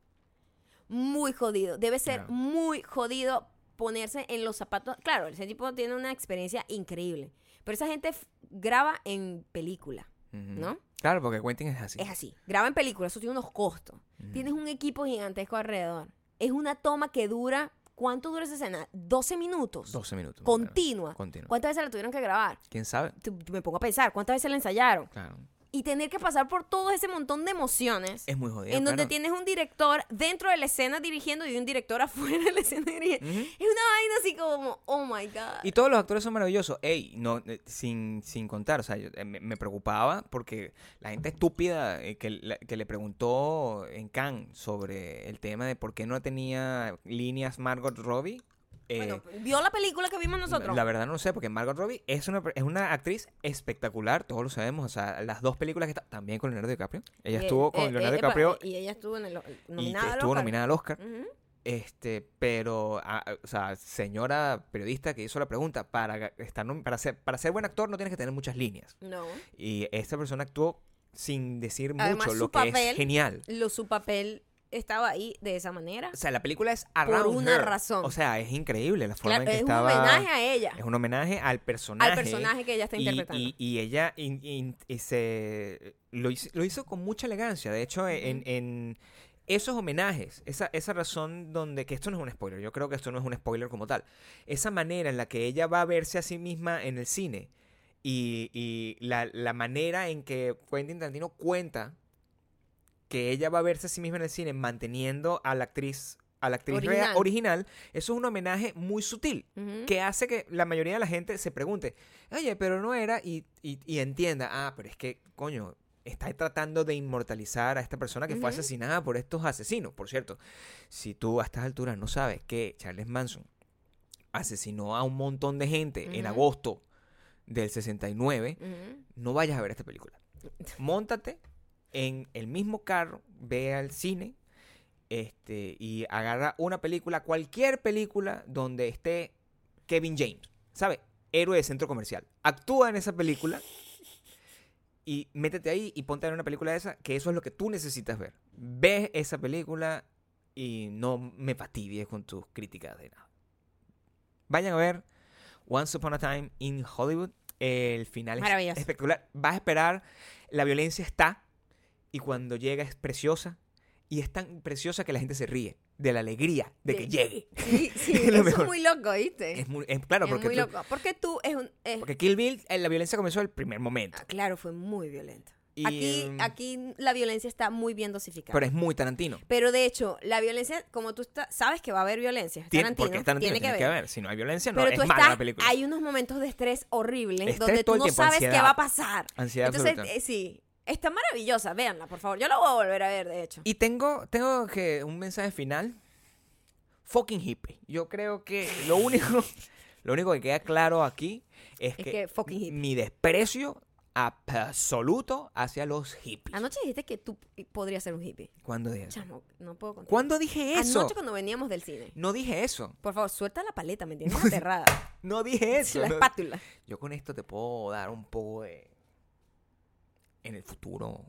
Speaker 1: Muy jodido. Debe ser
Speaker 2: Claro.
Speaker 1: muy jodido ponerse en los zapatos. Claro, ese tipo tiene una experiencia increíble. Pero esa gente f- graba en película,
Speaker 2: Ujú.
Speaker 1: ¿no?
Speaker 2: Claro, porque Quentin es así.
Speaker 1: Es así. Graba en película, eso tiene unos costos. Tienes un equipo gigantesco alrededor. Es una toma que dura. ¿Cuánto dura esa escena? 12 minutos.
Speaker 2: 12 minutos. más o menos.
Speaker 1: Continua.
Speaker 2: Continua.
Speaker 1: ¿Cuántas veces la tuvieron que grabar?
Speaker 2: ¿Quién sabe?
Speaker 1: Tú- yo me pongo a pensar, ¿cuántas veces la ensayaron?
Speaker 2: Claro.
Speaker 1: Y tener que pasar por todo ese montón de emociones.
Speaker 2: Es muy jodido.
Speaker 1: en donde
Speaker 2: claro.
Speaker 1: tienes un director dentro de la escena dirigiendo y un director afuera de la escena dirigiendo.
Speaker 2: Ujú.
Speaker 1: Es una vaina así como, oh my God.
Speaker 2: Y eh, todos los actores son maravillosos. Ey, no, eh, sin, sin contar, o sea, yo, eh, me, me preocupaba porque la gente estúpida eh, que, la- que le preguntó en Cannes sobre el tema de por qué no tenía líneas Margot Robbie. eh,
Speaker 1: Bueno, vio la película que vimos nosotros.
Speaker 2: La verdad no lo sé, porque Margot Robbie es una, es una actriz espectacular, todos lo sabemos. O sea, las dos películas que está, también con Leonardo DiCaprio. Ella
Speaker 1: Eh,
Speaker 2: estuvo con
Speaker 1: eh,
Speaker 2: Leonardo
Speaker 1: eh, epa,
Speaker 2: DiCaprio
Speaker 1: Y ella estuvo en el,
Speaker 2: y
Speaker 1: nominada. al
Speaker 2: estuvo
Speaker 1: Oscar.
Speaker 2: nominada al Oscar.
Speaker 1: Ujú.
Speaker 2: Este, pero, ah, ah, o sea, señora periodista que hizo la pregunta, para, ga- estar nom- para, ser, para ser buen actor no tienes que tener muchas líneas.
Speaker 1: No.
Speaker 2: Y esta persona actuó sin decir
Speaker 1: Además,
Speaker 2: mucho,
Speaker 1: su
Speaker 2: lo que
Speaker 1: papel-
Speaker 2: es genial.
Speaker 1: Lo, su papel estaba ahí de esa manera.
Speaker 2: O sea, la película es around
Speaker 1: una
Speaker 2: her.
Speaker 1: razón.
Speaker 2: O sea, es increíble la forma
Speaker 1: Claro,
Speaker 2: en que
Speaker 1: es
Speaker 2: estaba.
Speaker 1: un homenaje a ella.
Speaker 2: Es un homenaje al personaje.
Speaker 1: al personaje que ella está
Speaker 2: y,
Speaker 1: interpretando.
Speaker 2: y- y ella in- in- y se, lo, hizo, lo hizo con mucha elegancia. De hecho, e, en, en esos homenajes, esa, esa razón donde, que esto no es un spoiler, yo creo que esto no es un spoiler como tal, esa manera en la que ella va a verse a sí misma en el cine y, y la, la manera en que Quentin Tarantino cuenta que ella va a verse a sí misma en el cine manteniendo a la actriz a la actriz rea-
Speaker 1: Original.
Speaker 2: original, eso es un homenaje muy sutil
Speaker 1: Ujú.
Speaker 2: que hace que la mayoría de la gente se pregunte, oye, pero no era, y, y- y entienda, ah, pero es que, coño, está tratando de inmortalizar a esta persona que fue
Speaker 1: Ujú.
Speaker 2: asesinada por estos asesinos. Por cierto, si tú a estas alturas no sabes que Charles Manson asesinó a un montón de gente en
Speaker 1: Ujú.
Speaker 2: agosto del 69,
Speaker 1: Ujú.
Speaker 2: no vayas a ver esta película. Móntate en el mismo carro, ve al cine este, y agarra una película, cualquier película donde esté Kevin James, ¿sabe? Héroe de centro comercial. Actúa en esa película y métete ahí y ponte a ver una película de esa, que eso es lo que tú necesitas ver. Ve esa película y no me fastidies con tus críticas de nada. Vayan a ver Once Upon a Time in Hollywood. El final es
Speaker 1: Maravilloso.
Speaker 2: espectacular. Vas a esperar, la violencia está y cuando llega es preciosa y es tan preciosa que la gente se ríe de la alegría de,
Speaker 1: De-
Speaker 2: que llegue.
Speaker 1: Sí, sí,
Speaker 2: Es
Speaker 1: eso
Speaker 2: lo
Speaker 1: es
Speaker 2: mejor.
Speaker 1: muy loco, ¿viste?
Speaker 2: Es muy, es- claro,
Speaker 1: Es
Speaker 2: porque,
Speaker 1: muy
Speaker 2: tú-
Speaker 1: loco. Porque tú es un. es-
Speaker 2: porque Kill Bill, eh, la violencia comenzó el primer momento.
Speaker 1: ah, claro, fue muy violento.
Speaker 2: Y,
Speaker 1: aquí,
Speaker 2: em,
Speaker 1: aquí la violencia está muy bien dosificada.
Speaker 2: Pero
Speaker 1: Pero,
Speaker 2: es muy Tarantino.
Speaker 1: de hecho, la violencia, como tú está- sabes que va a haber violencia, es
Speaker 2: Tiene,
Speaker 1: Tarantino,
Speaker 2: porque es Tarantino,
Speaker 1: tiene que
Speaker 2: tiene
Speaker 1: haber.
Speaker 2: que haber. Si no hay violencia, no
Speaker 1: pero
Speaker 2: es
Speaker 1: tú
Speaker 2: mala la
Speaker 1: estás,
Speaker 2: película.
Speaker 1: hay unos momentos de estrés horribles
Speaker 2: Estrés
Speaker 1: donde tú
Speaker 2: todo el
Speaker 1: no
Speaker 2: tiempo,
Speaker 1: sabes qué
Speaker 2: ansiedad.
Speaker 1: va a pasar.
Speaker 2: Ansiedad
Speaker 1: Entonces,
Speaker 2: absoluta.
Speaker 1: eh, sí, está maravillosa, véanla, por favor. Yo la voy a volver a ver, de hecho.
Speaker 2: Y tengo, tengo que un mensaje final. Fucking hippie. Yo creo que lo único, lo único que queda claro aquí es,
Speaker 1: Es que fucking hippie.
Speaker 2: mi desprecio absoluto hacia los hippies.
Speaker 1: Anoche dijiste que tú podrías ser un hippie.
Speaker 2: ¿Cuándo dije eso?
Speaker 1: Chamo, no puedo contar.
Speaker 2: ¿Cuándo dije eso?
Speaker 1: Anoche cuando veníamos del cine.
Speaker 2: No dije eso.
Speaker 1: Por favor, suelta la paleta, me tienes aterrada.
Speaker 2: No dije eso.
Speaker 1: la
Speaker 2: no-
Speaker 1: espátula.
Speaker 2: Yo con esto te puedo dar un poco de... En el futuro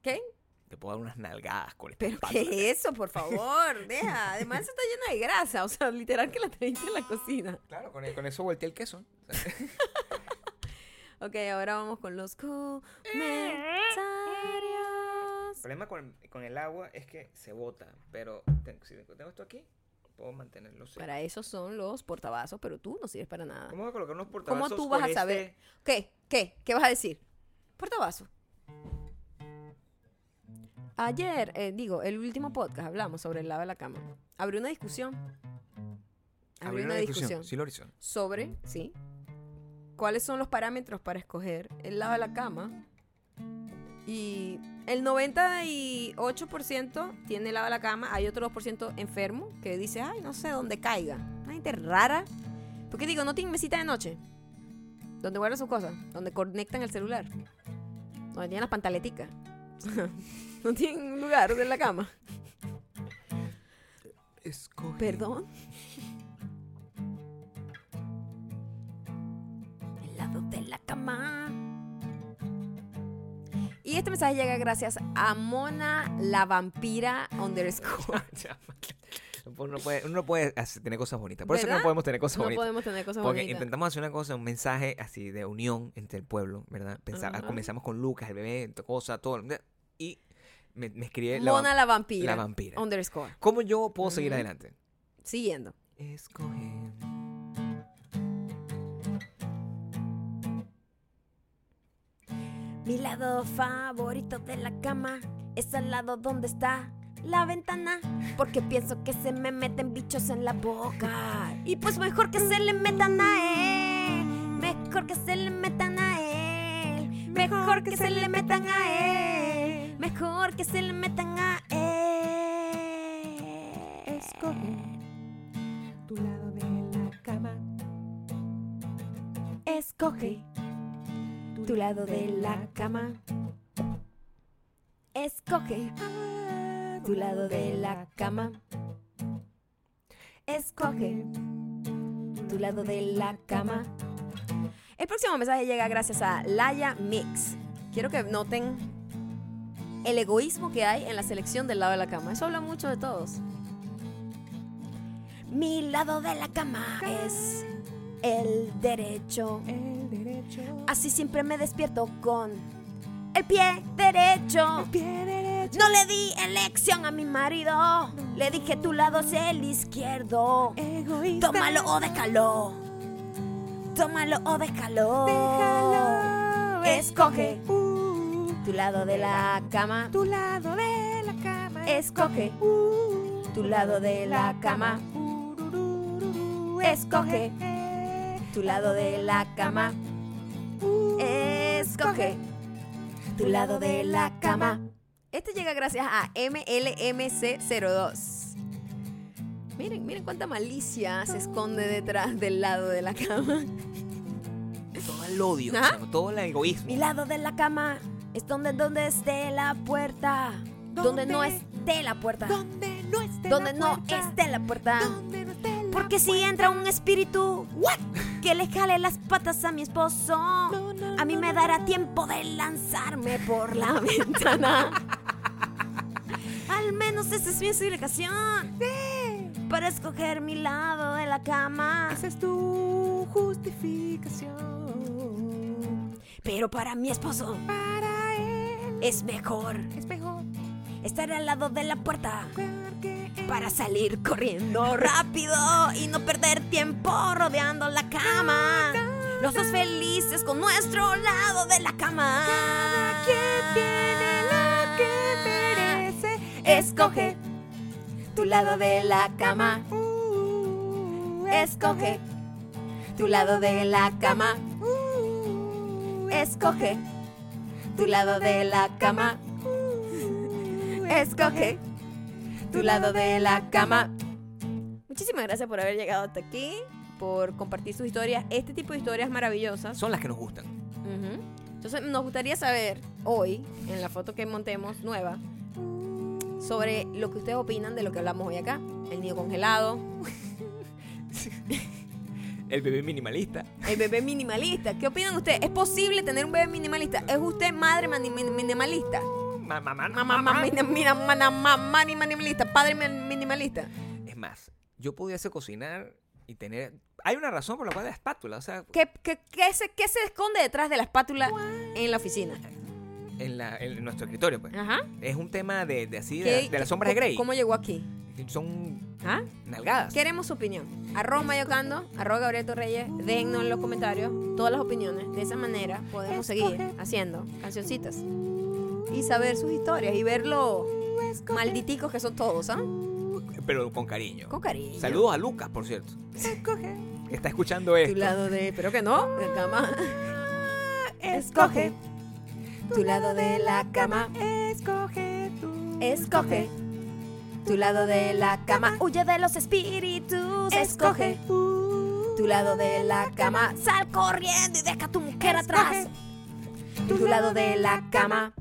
Speaker 1: ¿Qué?
Speaker 2: te puedo dar unas nalgadas con este esta
Speaker 1: ¿Pero
Speaker 2: espátula.
Speaker 1: qué es eso? Por favor, deja. Además, eso está llena de grasa. O sea, literal que la trajiste en la cocina.
Speaker 2: Claro, con, con eso volteé el queso.
Speaker 1: Ok, ahora vamos con los
Speaker 2: El
Speaker 1: comentarios.
Speaker 2: problema con, con el agua es que se bota, pero ten- si tengo esto aquí, puedo mantenerlo seco.
Speaker 1: Para eso son los portavasos, pero tú no sirves para nada.
Speaker 2: ¿Cómo voy a colocar unos portavasos
Speaker 1: ¿Cómo tú vas
Speaker 2: con
Speaker 1: a saber?
Speaker 2: este-
Speaker 1: ¿Qué? ¿Qué? ¿Qué vas a decir? Portavasos. Ayer, eh, digo, el último podcast hablamos sobre el lado de la cama. Abrió una discusión. Abrió una discusión.
Speaker 2: Sí, lo hizo.
Speaker 1: sobre, sí, cuáles son los parámetros para escoger el lado de la cama. Y el 98% tiene el lado de la cama, hay otro 2% enfermo que dice, ay, no sé dónde caiga. Una gente rara. Porque digo, no tiene mesita de noche. ¿Dónde guardan sus cosas? ¿Dónde conectan el celular? ¿Dónde tienen las pantaleticas? no tienen un lugar en la cama.
Speaker 2: Escoge.
Speaker 1: ¿Perdón? Al lado de la cama. Y este mensaje llega gracias a Mona la vampira underscore.
Speaker 2: Uno no puede, uno no puede hacer- tener cosas bonitas. Por eso
Speaker 1: ¿Verdad?
Speaker 2: no podemos tener cosas
Speaker 1: No
Speaker 2: bonitas.
Speaker 1: podemos tener cosas
Speaker 2: Porque
Speaker 1: bonitas.
Speaker 2: intentamos hacer una cosa, un mensaje así de unión entre el pueblo, ¿verdad? Pensaba-
Speaker 1: Ajá.
Speaker 2: Comenzamos con Lucas, el bebé, to- cosa, todo. Y me, me escribe la,
Speaker 1: Mona
Speaker 2: vam-
Speaker 1: la vampira.
Speaker 2: la vampira.
Speaker 1: Underscore.
Speaker 2: ¿Cómo yo puedo seguir
Speaker 1: Ujú.
Speaker 2: adelante?
Speaker 1: Siguiendo.
Speaker 2: Escoger.
Speaker 1: Mi lado favorito de la cama es al lado donde está la ventana. Porque pienso que se me meten bichos en la boca. Y pues mejor que se le metan a él. Mejor que se le metan a él. Mejor que se le metan a él. Mejor que se le metan a él.
Speaker 3: Escoge tu lado de la cama.
Speaker 1: Escoge tu lado de la cama. Escoge tu lado de la cama. Escoge tu lado de la cama. El próximo mensaje llega gracias a Laia Mix. Quiero que noten el egoísmo que hay en la selección del lado de la cama. Eso habla mucho de todos. Mi lado de la cama es el derecho.
Speaker 3: El derecho.
Speaker 1: Así siempre me despierto con el pie derecho.
Speaker 3: Pie derecho.
Speaker 1: No le di elección a mi marido. Le dije tu lado es el izquierdo.
Speaker 3: Egoísta.
Speaker 1: Tómalo o déjalo. Tómalo o déjalo.
Speaker 3: Déjalo.
Speaker 1: Escoge
Speaker 3: Uh,
Speaker 1: tu lado de la cama.
Speaker 3: tu lado de la cama.
Speaker 1: Escoge
Speaker 3: Uh,
Speaker 1: tu lado de la cama.
Speaker 3: Ururururu.
Speaker 1: Escoge
Speaker 3: Eh,
Speaker 1: tu lado de la cama.
Speaker 3: uh,
Speaker 1: Escoge tu lado de la cama. Este llega gracias a MLMC02. Miren, miren cuánta malicia se esconde detrás del lado de la cama.
Speaker 2: Todo el odio,
Speaker 1: Ajá.
Speaker 2: chamo, todo el egoísmo.
Speaker 1: Mi lado de la cama es donde, donde esté la puerta. Donde
Speaker 3: ¿Dónde?
Speaker 1: no esté la puerta.
Speaker 3: Donde no esté
Speaker 1: Donde
Speaker 3: la
Speaker 1: no
Speaker 3: puerta.
Speaker 1: esté la puerta.
Speaker 3: Donde no esté la
Speaker 1: Porque si entra un espíritu que le jale las patas a mi esposo,
Speaker 3: No, no,
Speaker 1: a mí
Speaker 3: no,
Speaker 1: me
Speaker 3: no,
Speaker 1: dará
Speaker 3: no.
Speaker 1: tiempo de lanzarme por la ventana. Al menos esa es mi explicación para escoger mi lado de la cama.
Speaker 3: Esa es tu justificación.
Speaker 1: Pero para mi esposo
Speaker 3: Para él
Speaker 1: es mejor
Speaker 3: es mejor
Speaker 1: estar al lado de la puerta
Speaker 3: jugar que él.
Speaker 1: para salir corriendo rápido y no perder tiempo rodeando la cama. Los dos felices con nuestro lado de la cama.
Speaker 3: quien tiene lo que merece.
Speaker 1: Escoge tu lado de la cama.
Speaker 3: Uh,
Speaker 1: Escoge tu lado de la cama.
Speaker 3: Uh,
Speaker 1: Escoge tu lado de la cama.
Speaker 3: uh,
Speaker 1: Escoge tu lado de la cama. Muchísimas gracias por haber llegado hasta aquí, por compartir sus historias, este tipo de historias maravillosas.
Speaker 2: Son las que nos gustan.
Speaker 1: Ujú. Entonces, nos gustaría saber hoy, en la foto que montemos nueva, sobre lo que ustedes opinan de lo que hablamos hoy acá. El nido congelado,
Speaker 2: El bebé minimalista.
Speaker 1: el bebé minimalista. ¿Qué opinan ustedes? ¿Es posible tener un bebé minimalista? ¿Es usted madre mani- min- minimalista?
Speaker 2: Oh, Ma- ma- ma-
Speaker 1: Mamá, mamá, mina- mina- mana- mamá ni minimalista, padre min- minimalista.
Speaker 2: Es más, yo pudiese cocinar y tener. Hay una razón por la cual la espátula. O sea,
Speaker 1: ¿Qué, qué- qué se, qué se esconde detrás de la espátula en la oficina?
Speaker 2: en, la- en nuestro escritorio, pues.
Speaker 1: Ajá.
Speaker 2: Es un tema de, de así, de,
Speaker 1: Ah. ¿Qué-
Speaker 2: de las
Speaker 1: qué-
Speaker 2: sombras de Grey.
Speaker 1: ¿Cómo llegó aquí?
Speaker 2: Son
Speaker 1: ¿Ah?
Speaker 2: nalgadas.
Speaker 1: Queremos su opinión. Arroba Mayocando, arroba Gabriel Torreyes, déjennos en los comentarios todas las opiniones. De esa manera podemos seguir haciendo cancioncitas y saber sus historias y ver lo malditicos que son todos, ¿ah?
Speaker 2: Pero con cariño.
Speaker 1: Con cariño.
Speaker 2: Saludos a Lucas, por cierto.
Speaker 3: Escoge.
Speaker 2: que está escuchando
Speaker 1: Tu
Speaker 2: esto.
Speaker 1: lado de. Pero que no, de cama.
Speaker 3: Escoge.
Speaker 1: Tu lado de la cama.
Speaker 3: Escoge tú.
Speaker 1: Escoge. Tu lado de la cama. Huye de los espíritus. Escoge.
Speaker 3: Escoge. tú.
Speaker 1: tu lado de la cama. Sal corriendo y deja a tu mujer atrás. Tu lado de la cama.